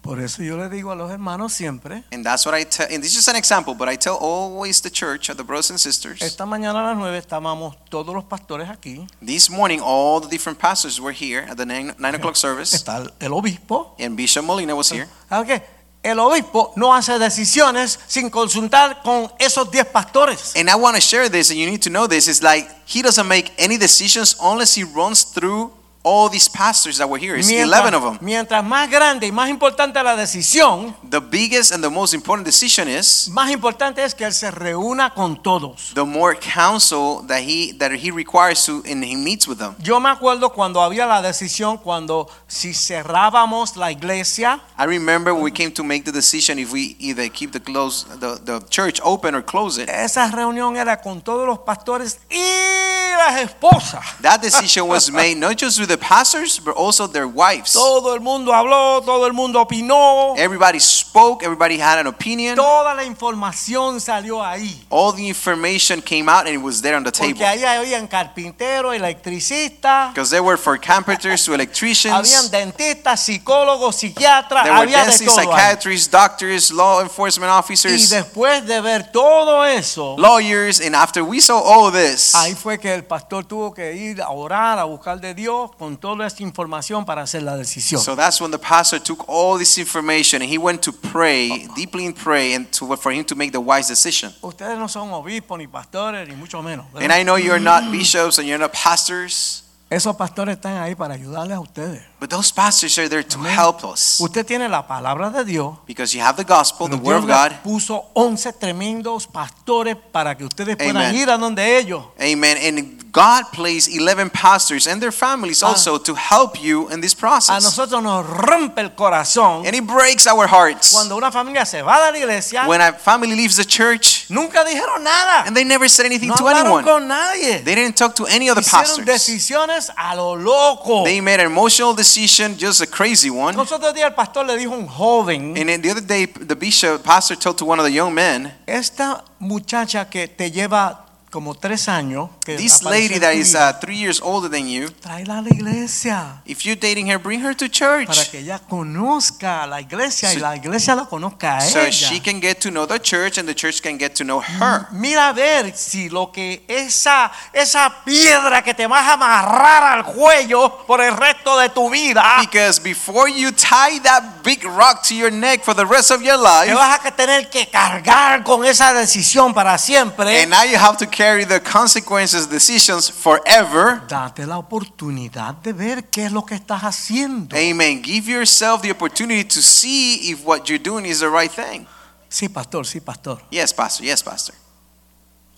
Por eso yo le digo a los hermanos siempre, and that's what I tell. And this is just an example, but I tell always the church, the brothers and sisters. esta mañana a las nueve estábamos todos los pastores aquí, This morning, all the different pastors were here at the nine, nine o'clock service, está el- el obispo, and Bishop Molina was here. ¿sabe qué? El obispo no hace decisiones sin consultar con esos diez pastores. And I want to share this, and you need to know this. It's like he doesn't make any decisions unless he runs through all these pastors that were here. It's eleven of 'em. them. mientras más grande y más importante la decisión, The biggest and the most important decision is más importante es que él se reúna con todos. the more counsel that he that he requires to and he meets with them. Yo me acuerdo cuando había la decisión cuando si cerrábamos la iglesia, I remember when we came to make the decision if we either keep the close the, the church open or close it. esa reunión era con todos los pastores y las esposas. That decision was made not just with the pastors but also their wives. Todo el mundo habló, todo el mundo opinó, Everybody spoke, everybody had an opinion. toda la información salió ahí. All the information came out and it was there on the table. Porque ahí habían carpinteros, electricistas, Because they were for carpenters to electricians. habían dentistas, psicólogos, psiquiatras, There were había de dentists, todo. ahí. psychiatrists, doctors, law enforcement Y officers, después de ver todo eso, lawyers, and after we saw all this, Ahí fue que el pastor tuvo que ir a orar, a buscar de Dios con toda esta información para hacer la decisión. So that's when the pastor took all this information and he went to pray, deeply in pray, and to, for him to make the wise decision. Ustedes no son obispos ni pastores ni mucho menos. ¿verdad? And I know you're not Mm. bishops and you're not pastors, Esos pastores están ahí para ayudarles a ustedes. but those pastors are there to help us Usted tiene la palabra de Dios. because you have the gospel, the pero word Dios of les God. puso 11 tremendos pastores para que ustedes puedan Amen. ir a donde ellos. Amen. And God placed 11 pastors and their families Ah. also to help you in this A process. nosotros nos rompe el corazón And it breaks our hearts. cuando una familia se va de la iglesia. When a family leaves the church nunca dijeron nada. and they never said anything No to hablaron anyone, con nadie. they didn't talk to any other Hicieron pastors. decisiones a lo loco. They made an emotional decision, just a crazy one. Los otros días el pastor le dijo a un joven, And then the other day, the bishop, pastor, told to one of the young men, esta muchacha que te lleva como tres años, que this apareció lady en that tu is vida, uh, three years older than you, tráela a la iglesia if you're dating her, bring her to para church que ella conozca a la iglesia y So- la iglesia la conozca a so ella. Mm-hmm. she can get to know the church and the church can get to know her. Mira a ver si lo que esa esa piedra que te vas a amarrar al cuello por el resto de tu vida, Because before you tie that big rock to your neck for the rest of your te life, vas a tener que cargar con esa decisión para siempre. and now you have to carry the consequences, decisions forever. Date la oportunidad de ver qué es lo que estás haciendo. Amen. Give yourself the opportunity to see if what you're doing is the right thing. Sí, pastor, sí, pastor. Yes, pastor. Yes, pastor.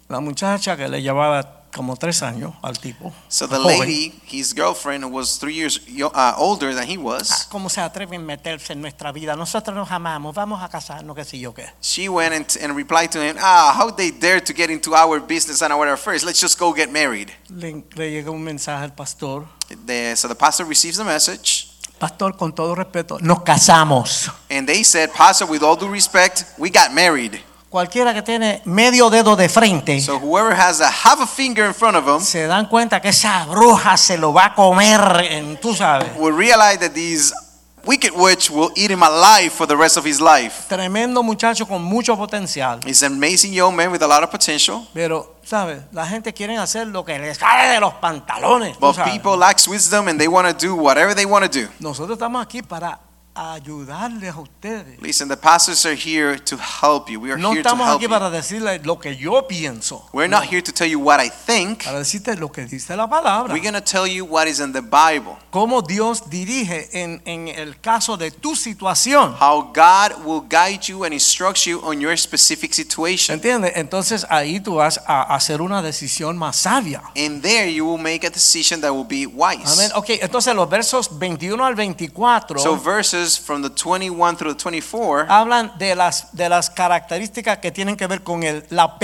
La muchacha que le llevaba como tres años al tipo. So the joven. lady, his girlfriend, was three years yo- uh, older than he Ah, was. ¿Cómo se atreven a meterse en nuestra vida? Nosotros nos amamos, vamos a casarnos, qué sé yo qué. She went and, and replied to him, "Ah, how they dare to get into our business and our affairs? Let's just go get married." Le, le llega un mensaje al pastor. The- so the pastor receives the message, Pastor, con todo respeto, nos casamos. and they said, "Pastor, with all due respect, we got married. Cualquiera que tiene medio dedo de frente, So whoever has a half a finger in front of them se dan cuenta que esa bruja se lo va a comer, en- tú sabes. will realize that these wicked witch will eat him alive for the rest of his life." Tremendo muchacho con mucho potencial. He's an amazing young man with a lot of potential, Pero, ¿sabes? La gente quiere hacer lo que les sale de los pantalones. tú but sabes. people lack wisdom and they want to do whatever they want to do. Nosotros estamos aquí para a ayudarles a ustedes. Listen, the pastors are here to help you. We are No here to estamos help aquí you. para decirle lo que yo pienso. We're No, not here to tell you what I think. Para decirte lo que dice la palabra. We're going to tell you what is in the Bible. Cómo Dios dirige en, en el caso de tu situación. How God will guide you and instruct you on your specific situation. ¿Entiendes? Entonces ahí tú vas a hacer una decisión más sabia. And there you will make a decision that will be wise. Amén. Ok, entonces los versos 21 al 24 So verses from the 21 through the 24 hablan de las, de las características que tienen que ver con el, la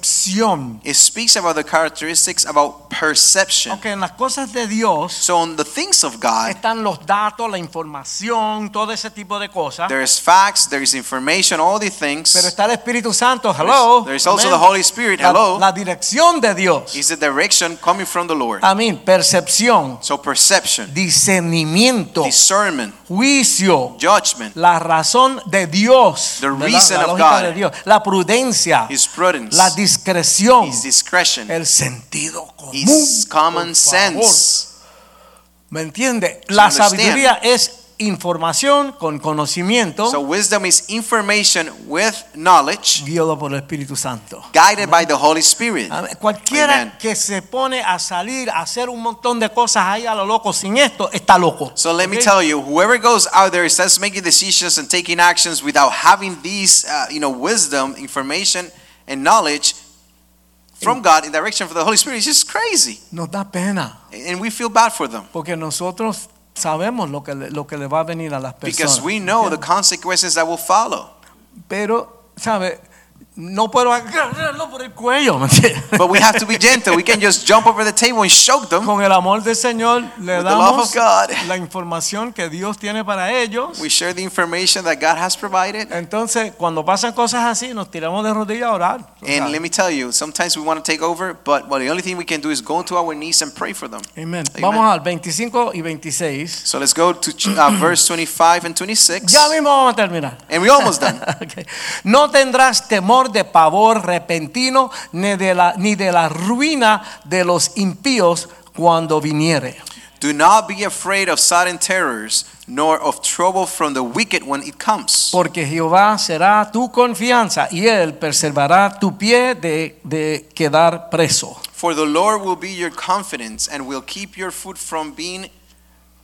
percepción. it speaks about the characteristics about perception. Ok, en las cosas de Dios So on the things of God, están los datos, la información, todo ese tipo de cosas. there's facts, there's information, all these things. Pero está el Espíritu Santo, There's- hello. There's also Amén. the Holy Spirit, La- hello. La, dirección de Dios. Is the direction coming from the Lord. Amén. Percepción, So perception, discernimiento, discernment, juicio, judgment, la razón de Dios, The ¿verdad? reason la of lógica God. de Dios, la prudencia, His prudence, la discreción, His discretion, el sentido común. His common por favor. sense. ¿Me entiende? La understand? sabiduría es información con conocimiento So wisdom is information with knowledge, guiado por el Espíritu Santo. guided by the Holy Spirit. Amén. Cualquiera Amen. que se pone a salir a hacer un montón de cosas ahí a lo loco sin esto está loco. So let me ¿Ok? tell you, whoever goes out there and starts making decisions and taking actions without having these, uh, you know, wisdom, information, and knowledge from God in direction from the Holy Spirit, is just crazy, Nos da pena and we feel bad for them porque nosotros sabemos lo que le, lo que le va a venir a las personas. because we know the consequences that will follow. Pero, ¿sabe? No puedo agarrarlo por el cuello. ¿me entiende? But we have to be gentle. We can just jump over the table and shock them. Con el amor del Señor le With the love damos of God, la información que Dios tiene para ellos. we share the information that God has provided. Entonces, cuando pasan cosas así, nos tiramos de rodillas a orar. O sea, And let me tell you, sometimes we want to take over, but well, the only thing we can do is go to our knees and pray for them. Amen. Amen. Vamos al 25 y 26. So let's go to ch- uh, verse 25 and 26. Ya mismo vamos a terminar. And we're almost done. Ok. No tendrás temor de pavor repentino ni de la ni de la ruina de los impíos cuando viniere. Do not be afraid of sudden terrors, nor of trouble from the wicked when it comes. Porque Jehová será tu confianza y él preservará tu pie de, de quedar preso. For the Lord will be your confidence and will keep your foot from being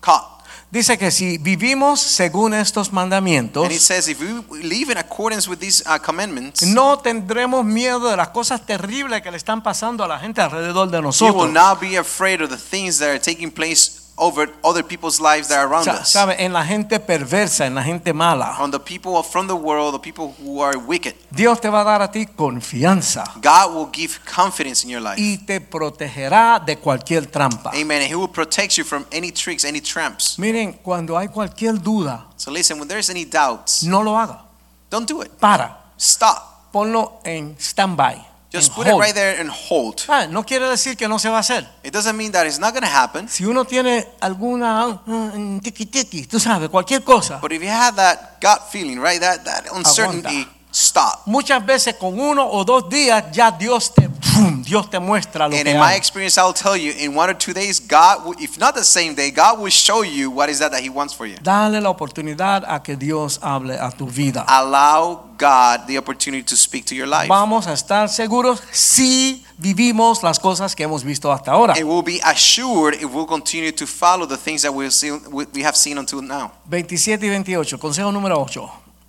caught. Dice que si vivimos según estos mandamientos, And it says, if we live in accordance with these uh, commandments, no tendremos miedo de las cosas terribles que le están pasando a la gente alrededor de you will nosotros. not be afraid of the things that are taking place over other people's lives that are around Sa- us. sabe, en la gente perversa, en la gente mala. On the people from the world, the people who are wicked, Dios te va a dar a ti confianza God will give confidence in your life. y te protegerá de cualquier trampa. Amen. And He will protect you from any tricks, any tramps. Miren, cuando hay cualquier duda, So listen, when there's any doubts, no lo haga. don't do it. Para, Stop. ponlo en standby. Just en put it hold. right there and hold. Ah, no quiere decir que no se va a hacer. It doesn't mean that it's not going to happen. Si uno tiene alguna mm, tiki tiki, tú sabes, cualquier cosa, But if you have that gut feeling, right, that that uncertainty, stop. muchas veces con uno o dos días ya Dios te, ¡fum! Dios te muestra lo And que in my hay. experience, I'll tell you, in one or two days, God, will, if not the same day, God will show you what is that that He wants for you. Dale la oportunidad a que Dios hable a tu vida. Allow God the opportunity to speak to your life. vamos a estar seguros si vivimos las cosas que hemos visto hasta ahora. And we'll be assured if we'll continue to follow the things that we've seen, we we have seen until now. 27 y 28, consejo número 8.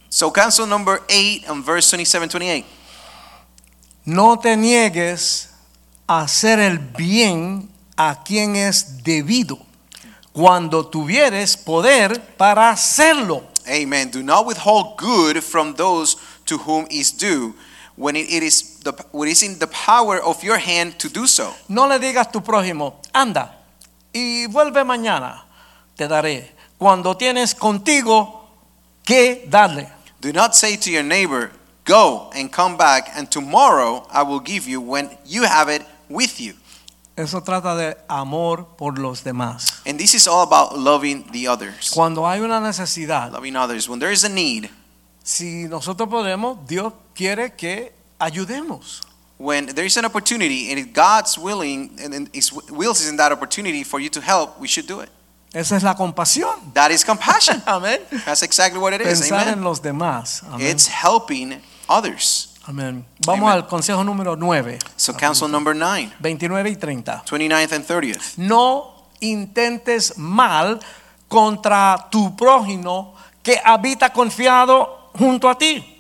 So, counsel number 8 and verse 27 28. No te niegues a hacer el bien a quien es debido cuando tuvieres poder para hacerlo. Amen. Do not withhold good from those to whom is due when it, it is the when it is in the power of your hand to do so. No le digas a tu prójimo, anda y vuelve mañana, te daré. Cuando tienes contigo que darle. Do not say to your neighbor, "Go and come back, and tomorrow I will give you when you have it with you." Eso trata de amor por los demás. And this is all about loving the others. Cuando hay una necesidad, Loving others when there is a need, si nosotros podemos, Dios quiere que ayudemos. when there is an opportunity, and if God's willing and, and is wills is in that opportunity for you to help, we should do it. Esa es la compasión. That is compassion. Amén. That's exactly what it is. Pensar en Amen. los demás. Amén. It's helping others. Amén. Vamos Amen. al consejo número 9, So, counsel number nine, 29 y 30. 29th and 30th. No intentes mal contra tu prójimo que habita confiado junto a ti.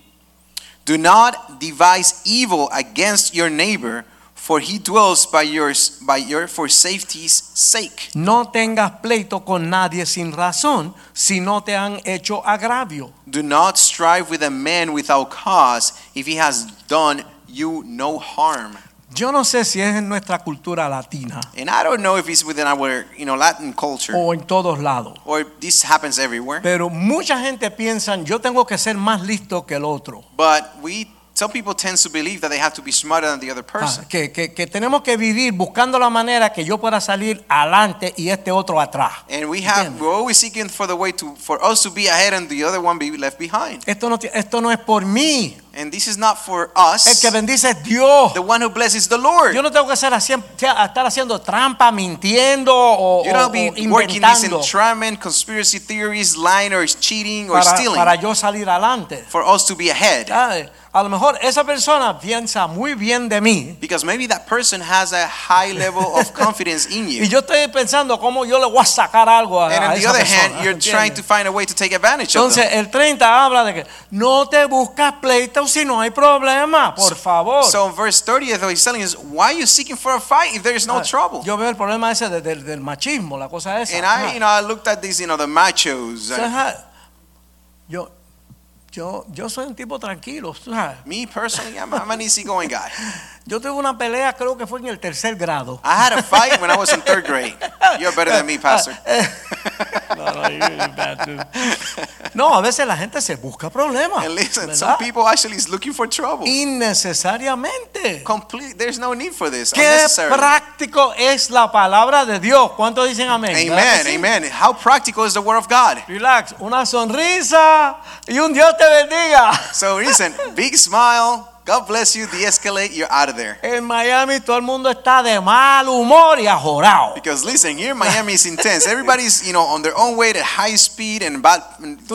Do not devise evil against your neighbor, for he dwells by yours by your for safety's sake. No tengas pleito con nadie sin razón si no te han hecho agravio. Do not strive with a man without cause, if he has done you no harm. Yo no sé si es en nuestra cultura latina And I don't know if it's within our you know Latin culture o en todos lados, or this happens everywhere. pero mucha gente piensa yo tengo que ser más listo que el otro, But we some people tend to believe that they have to be smarter than the other Ah, person. que, que- que tenemos que vivir buscando la manera que yo pueda salir adelante y este otro atrás. And we have Entiendo. we're always seeking for the way to for us to be ahead and the other one be left behind. Esto no, ti- esto no es por mí. And this is not for El us. que bendice es Dios. The one who blesses the Lord. Yo no tengo que ser así- sea- estar haciendo trampa, mintiendo o, You o- don't o be working these inventando entrapment, conspiracy theories, lying or cheating or para, stealing para yo salir adelante. for us to be ahead. ¿Sabe? A lo mejor esa persona piensa muy bien de mí Because maybe that person has a high level of confidence in you. y yo estoy pensando cómo yo le voy a sacar algo a, and a on the esa other persona. hand, you're ¿entiendes? trying to find a way to take advantage of Entonces them. el 30 habla de que no te buscas pleito si no hay problema, por favor. So in verse 30th, what he's telling us, why are you seeking for a fight if there is no Ah, trouble? Yo veo el problema ese de- del, del machismo, la cosa esa. And Ajá. I, you know, I looked at these, you know, the machos. O and- sea, ja, yo, yo, yo soy un tipo tranquilo. o sea, me personally, I'm, I'm an easygoing guy. Yo tuve una pelea, creo que fue en el tercer grado. I had a fight when I was in third grade. You're better than me, Pastor. No, a veces la gente se busca problemas. And listen, ¿verdad? some people actually is looking for trouble. E- Innecesariamente. Complete. There's no need for this. Qué Unnecessary. práctico es la palabra de Dios. ¿Cuántos dicen amén? ¿Verdad Amen. que sí? Amen. How practical is the word of God? Relax, una sonrisa y un Dios te bendiga. So listen, big smile. God bless you. De-escalate. You're out of there. En Miami todo el mundo está de mal humor y ajorado. Because listen, here in Miami is intense. Everybody's you know on their own way at high speed and bad.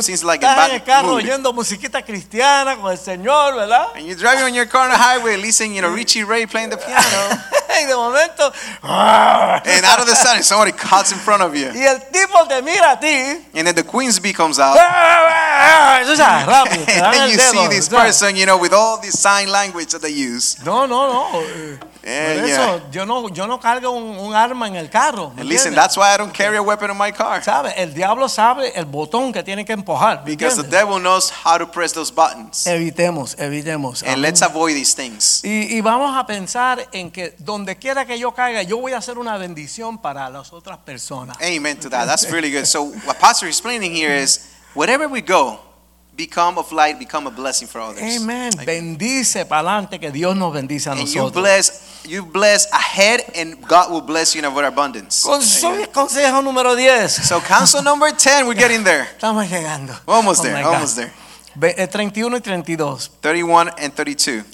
Seems like a Estás en el bad carro mood. oyendo musiquita cristiana con el Señor, ¿verdad? And you're driving on your car on the highway, listening, you know, Richie Ray playing the piano. y de momento. and out of the sudden, somebody cuts in front of you. Y el tipo te mira a ti. And then the Queen's bee comes Ah, out. Eso sabes, rápido. and Te dan then el you dedo. see this ¿sabes? person, you know, with all this sign language that they use. No, no, no. eh, Eh, por eso yo no, yo no cargo un, un arma en el carro. ¿me And listen, entiendes? that's why I don't carry a weapon in my car. ¿Sabes? El diablo sabe el botón que tiene que empujar. ¿me Because the entiendes? devil knows how to press those buttons. Evitemos, evitemos. And Amén. let's avoid these things. Y, y vamos a pensar en que donde quiera que yo caiga, yo voy a hacer una bendición para las otras personas. Amen to that. That's really good. So what Pastor is explaining here is wherever we go, become of light, become a blessing for others. Amén. Bendice para adelante que Dios nos bendice a And you nosotros. bless, you bless ahead, and God will bless you in abundance. Conso- Amen. consejo número 10. So counsel number 10, we're getting there. Estamos llegando. We're almost Oh there, my God. almost there. Ve- eh, 31 y 32. 31 and 32.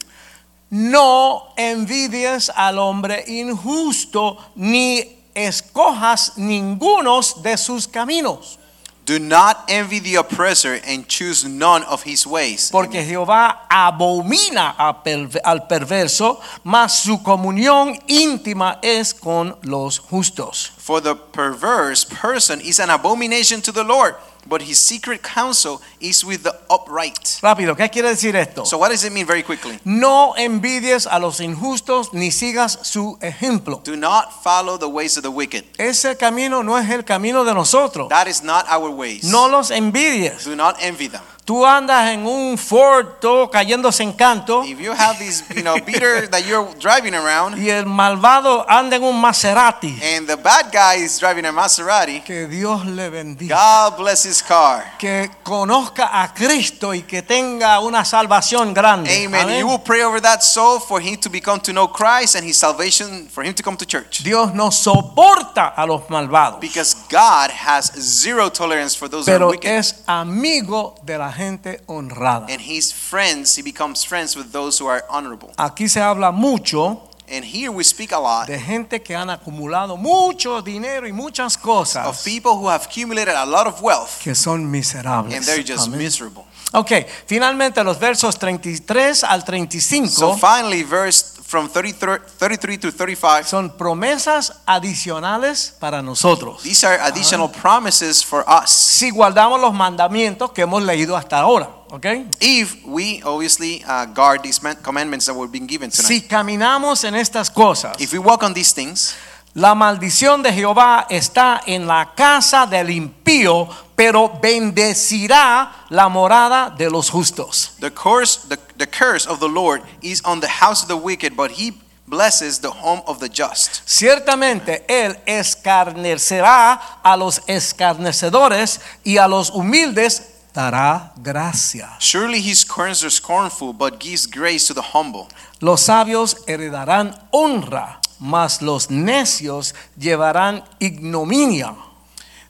No envidies al hombre injusto ni escojas ningunos de sus caminos, Do not envy the oppressor and choose none of his ways. porque Jehová abomina a perve- al perverso, mas su comunión íntima es con los justos. For the perverse person is an abomination to the Lord, but his secret counsel is with the upright. Rápido, ¿qué quiere decir esto? So what does it mean very quickly? no envidies a los injustos ni sigas su ejemplo. Do not follow the ways of the wicked. Ese camino no es el camino de nosotros. That is not our ways. No los envidies. Do not envy them. Tú andas en un Ford todo cayéndose en canto If you have this, you know, beater that you're driving around y el malvado anda en un Maserati. and the bad guy is driving a Maserati, Que Dios le bendiga. God bless his car. Que conozca a Cristo y que tenga una salvación grande. Amen. Amén. You will pray over that soul for him to become to know Christ and his salvation for him to come to church. Dios no soporta a los malvados, Because God has zero tolerance for those that are pero wicked. es amigo de la gente honrada. Eh. and he's friends he becomes friends with those who are honorable Aquí se habla mucho And here we speak a lot de gente que han acumulado mucho dinero y muchas of cosas people who have accumulated a lot of wealth que son and miserables. they're just Amén. miserable. Ok, finalmente los versos 33 al 35 So finally, verse from 33, 33 to 35, son promesas adicionales para nosotros. these are additional promises for us. Si guardamos los mandamientos que hemos leído hasta ahora, ¿ok? If we obviously uh, guard these man- commandments that were being given tonight, Si caminamos en estas cosas, if we walk on these things, la maldición de Jehová está en la casa del impío, pero bendecirá la morada de los justos. the curse, the, the curse of the Lord is on the house of the wicked, but he blesses the home of the just. Ciertamente él escarnecerá a los escarnecedores y a los humildes dará gracia. Surely his curse are scornful, but gives grace to the humble. Los sabios heredarán honra, mas los necios llevarán ignominia.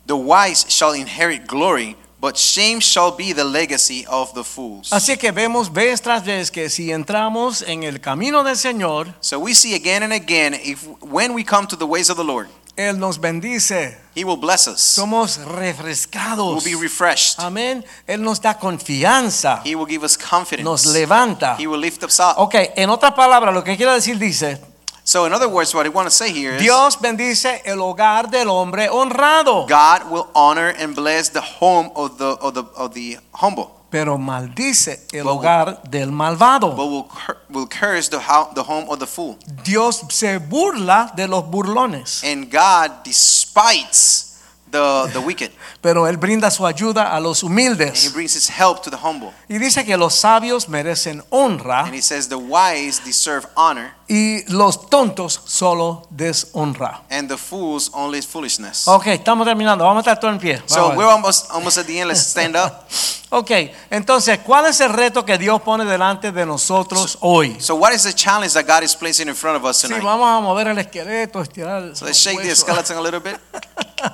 The wise shall inherit glory, but shame shall be the legacy of the fools. Así que vemos vez tras vez que si entramos en el camino del Señor, So we see again and again if when we come to the ways of the Lord, él nos bendice, he will bless us. somos We'll refrescados. be refreshed. Amén. Él nos da confianza, He will give us confidence. nos levanta. He will lift us up. Ok, en otras palabras, lo que quiero decir dice, So in other words, what I want to say here is Dios bendice el hogar del hombre honrado, God will honor and bless the home of the of the of the humble, pero maldice el But- hogar del malvado. but will cur- will curse the ho- the home of the fool. Dios se burla de los burlones, And God despites the the wicked, pero él brinda su ayuda a los and He humildes. brings His help to the humble. Y dice que los sabios merecen honra And He says, the wise deserve honor, y los tontos solo deshonra. and the fools only foolishness. Ok, estamos terminando. Vamos a estar todo en pie. So Vamos. we're almost almost at the end. Let's stand up. Ok, entonces, ¿cuál es el reto que Dios pone delante de nosotros hoy? So what is the challenge that God is placing in front of us Sí, tonight? vamos a mover el esqueleto, estirar el so let's shake the hueso. skeleton a little bit.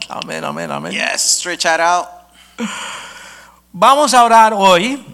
Amén, amén, amén. Yes, stretch that out. Vamos a orar hoy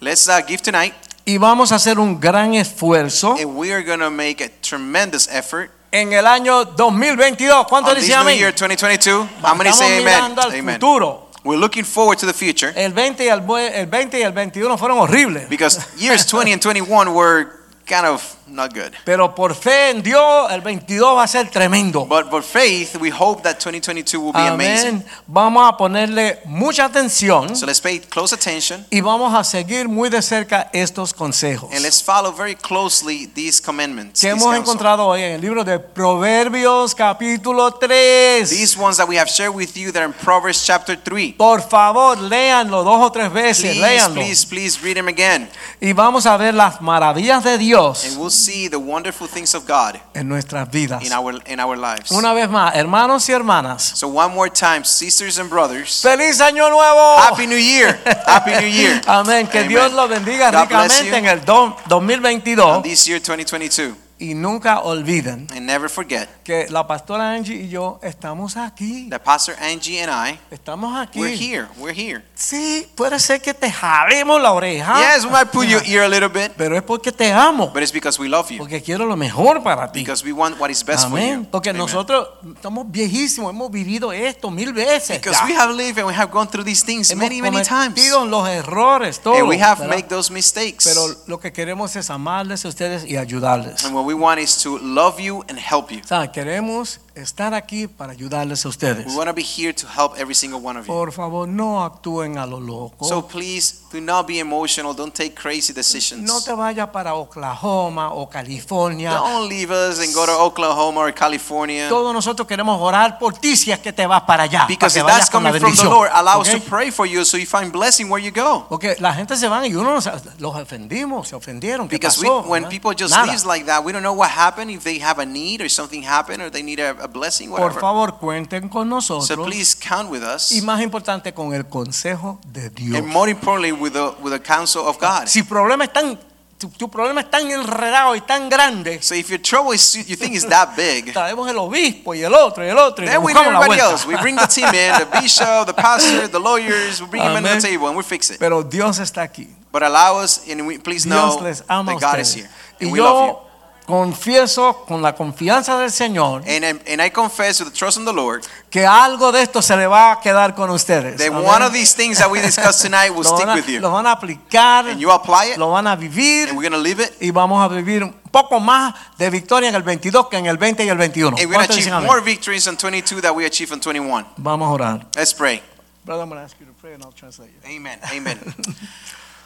Let's uh, give tonight, y vamos a hacer un gran esfuerzo and we are gonna make a tremendous effort en el año 2022. ¿Cuántos on this dicen new year amén? 2022. How many Estamos say amen? mirando al Amen. futuro. We're looking forward to the future El 20 y el, bue- el 20 y el 21 fueron horribles. because years 20 and 21 were kind of not good. Pero por fe en Dios, el 22 va a ser tremendo. But but faith, we hope that 2022 will be amazing. Amén. Vamos a ponerle mucha atención So let's pay close attention y vamos a seguir muy de cerca estos consejos and let's follow very closely these commandments. que these hemos counsel. encontrado hoy en el libro de Proverbios capítulo 3. These ones that we have shared with you that are in Proverbs chapter 3. Por favor, léanlo dos o tres veces, Please, léanlo. please, please read them again. Y vamos a ver las maravillas de And Dios we'll see the wonderful things of God en nuestras vidas. in our in our lives. Una vez más, hermanos y hermanas, So one more time, sisters and brothers. feliz año nuevo. Happy New Year. Happy New Year. Amén. Que Amen. Dios los bendiga God bless ricamente you. en el do- On 2022. this year 2022. Y nunca olviden And never forget que la pastora Angie y yo estamos aquí. that Pastor Angie and I, Estamos we're aquí. here. We're here. Sí, puede ser que te jalemos la oreja. Yes, we might pull your ear a little bit, Pero es porque te amo. but it's because we love you. Porque quiero lo mejor para ti. Because we want what is best for you. Amén. Porque Amen. nosotros estamos viejísimos, hemos vivido esto mil veces. Because ya. we have lived and we have gone through these things hemos many, many times. cometido los errores, todo. And we have ¿verdad? made those mistakes. Pero lo que queremos es amarles a ustedes y ayudarles. And what we want is to love you and help you. O sea, queremos estar aquí para ayudarles a ustedes. We want to be here to help every single one of you. Por favor, no actúen a lo loco. So please do not be emotional. Don't take crazy decisions. no te vayas para Oklahoma o California. Don't leave us and go to Oklahoma or California. Todos nosotros queremos orar por ti si es que te vas para allá. Because para if that's Ah, que vayas con la coming from the bendición. Lord, allow us ¿Ok? to pray for you so you find blessing where you go. Porque la gente se van y uno nos- los ofendimos, se ofendieron. ¿Qué Because we, pasó? when ¿verdad? people just Nada. leaves like that, we don't know what happened. If they have a need or something happened or they need a, a blessing, Por whatever. favor, cuenten con nosotros. So please count with us. y más importante, con el consejo de Dios. And more importantly, with the, with the counsel of God. Si problema es tan, tu, tu problema es tan enredado y tan grande, So if your trouble is, you think is that big, traemos el obispo y el otro y el otro y le Then we do buscamos la everybody vuelta. else. We bring the team in, the bishop, the pastor, the lawyers. We bring them into Amén. the table and we fix it. Pero Dios está aquí. But allow us, and we, please know Dios les ama a that God is ustedes. here. And Y we love yo confieso con la confianza del Señor And, I- and I confess with the trust in the Lord que algo de esto se le va a quedar con ustedes. that Amén. one of these things that we discussed tonight will lo, stick van a, with lo you. van a aplicar, And you apply it, lo van a vivir and we're going to live it, y vamos a vivir un poco más de victoria en el 22 que en el 20 y el 21. and we're going to ¿Cuántos achieve dicen amén? more victories in 22 that we achieve in 21. Vamos a orar. Let's pray. Brother, I'm gonna ask you to pray and I'll translate it. Amen. Amen.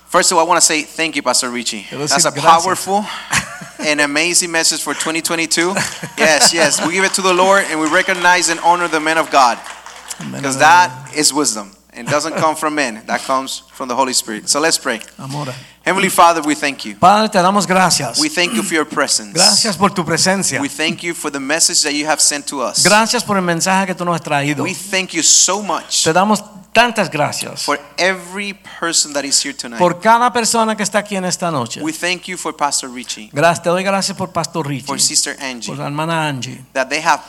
First of all, I want to say thank you, Pastor Richie. Te doy That's a gracias. powerful and amazing message for 2022. Yes, yes. We give it to the Lord and we recognize and honor the man of God because that is wisdom and doesn't come from men, that comes from the Holy Spirit. So let's pray. Amor. Heavenly Father, we thank you. Padre, te damos gracias. We thank you for your presence. Gracias por tu presencia. We thank you for the message that you have sent to us. Gracias por el mensaje que tú nos has traído. We thank you so much Te damos tantas gracias for every person that is here tonight. por cada persona que está aquí en esta noche. We thank you for Pastor Richie, Gracias, te doy gracias por Pastor for Richie, Sister Angie. por la hermana Angie, that they have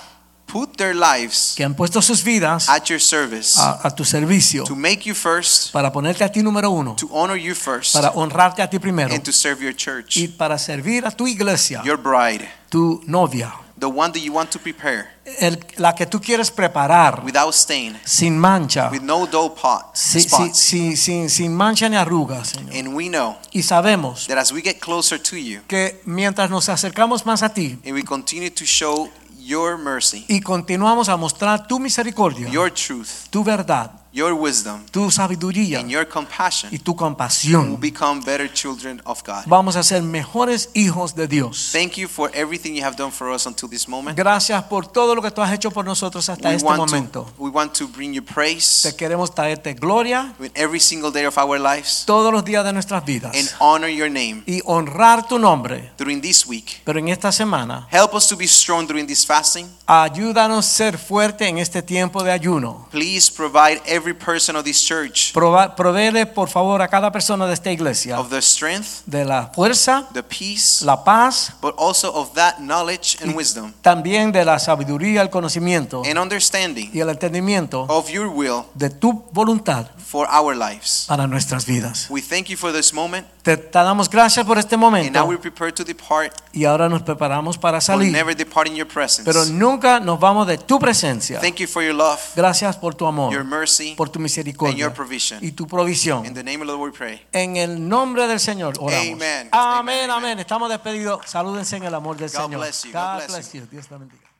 put their lives que han puesto sus vidas at your service a, a tu servicio to make you first, para ponerte a ti número uno, to honor you first, para honrarte a ti primero and to serve your church, y para servir a tu iglesia, your bride, tu novia, the one that you want to prepare el- la que tú quieres preparar without stain, sin mancha. with no dull pot, Ah. Sí, sí, spots. sí, sin, sin mancha ni arruga, Señor. And we know Y sabemos that as we get closer to you que mientras nos acercamos más a ti and we continue to show your mercy, y continuamos a mostrar tu misericordia, your truth, tu verdad, your wisdom, tu sabiduría and your compassion, y tu will compasión, become better children of God. vamos a ser mejores hijos de Dios. Thank you for everything you have done for us until this moment. Gracias por todo lo que tú has hecho por nosotros hasta We este want to, momento. we want to bring you Te praise queremos traerte gloria with every single day of our lives. todos los días de nuestras and vidas honor your name y honrar tu nombre. during this week. Pero en esta semana, Help us to be strong during this fasting. ayúdanos a ser fuerte en este tiempo de ayuno. Please provide every person of this church Prova- Proveele por favor a cada persona de esta iglesia of the strength, de la fuerza, the peace, la paz, but also of that knowledge and wisdom también de la sabiduría, el conocimiento and understanding y el entendimiento of your will de tu voluntad for our lives. para nuestras vidas. We thank you for this moment, Te, te damos gracias por este and now we momento prepare to depart. y ahora nos preparamos para We'll salir, never depart in your presence. pero nunca nos vamos de tu presencia. Thank you for your love, Gracias por tu your amor, mercy, por tu and your misericordia provision. y tu In provisión. the name of the Lord, we pray. En el nombre del Señor oramos. Amen. Amen, Amén, amen. amén. Estamos despedidos. Salúdense en el amor del God Señor. bless you, God bless you. Dios te bendiga.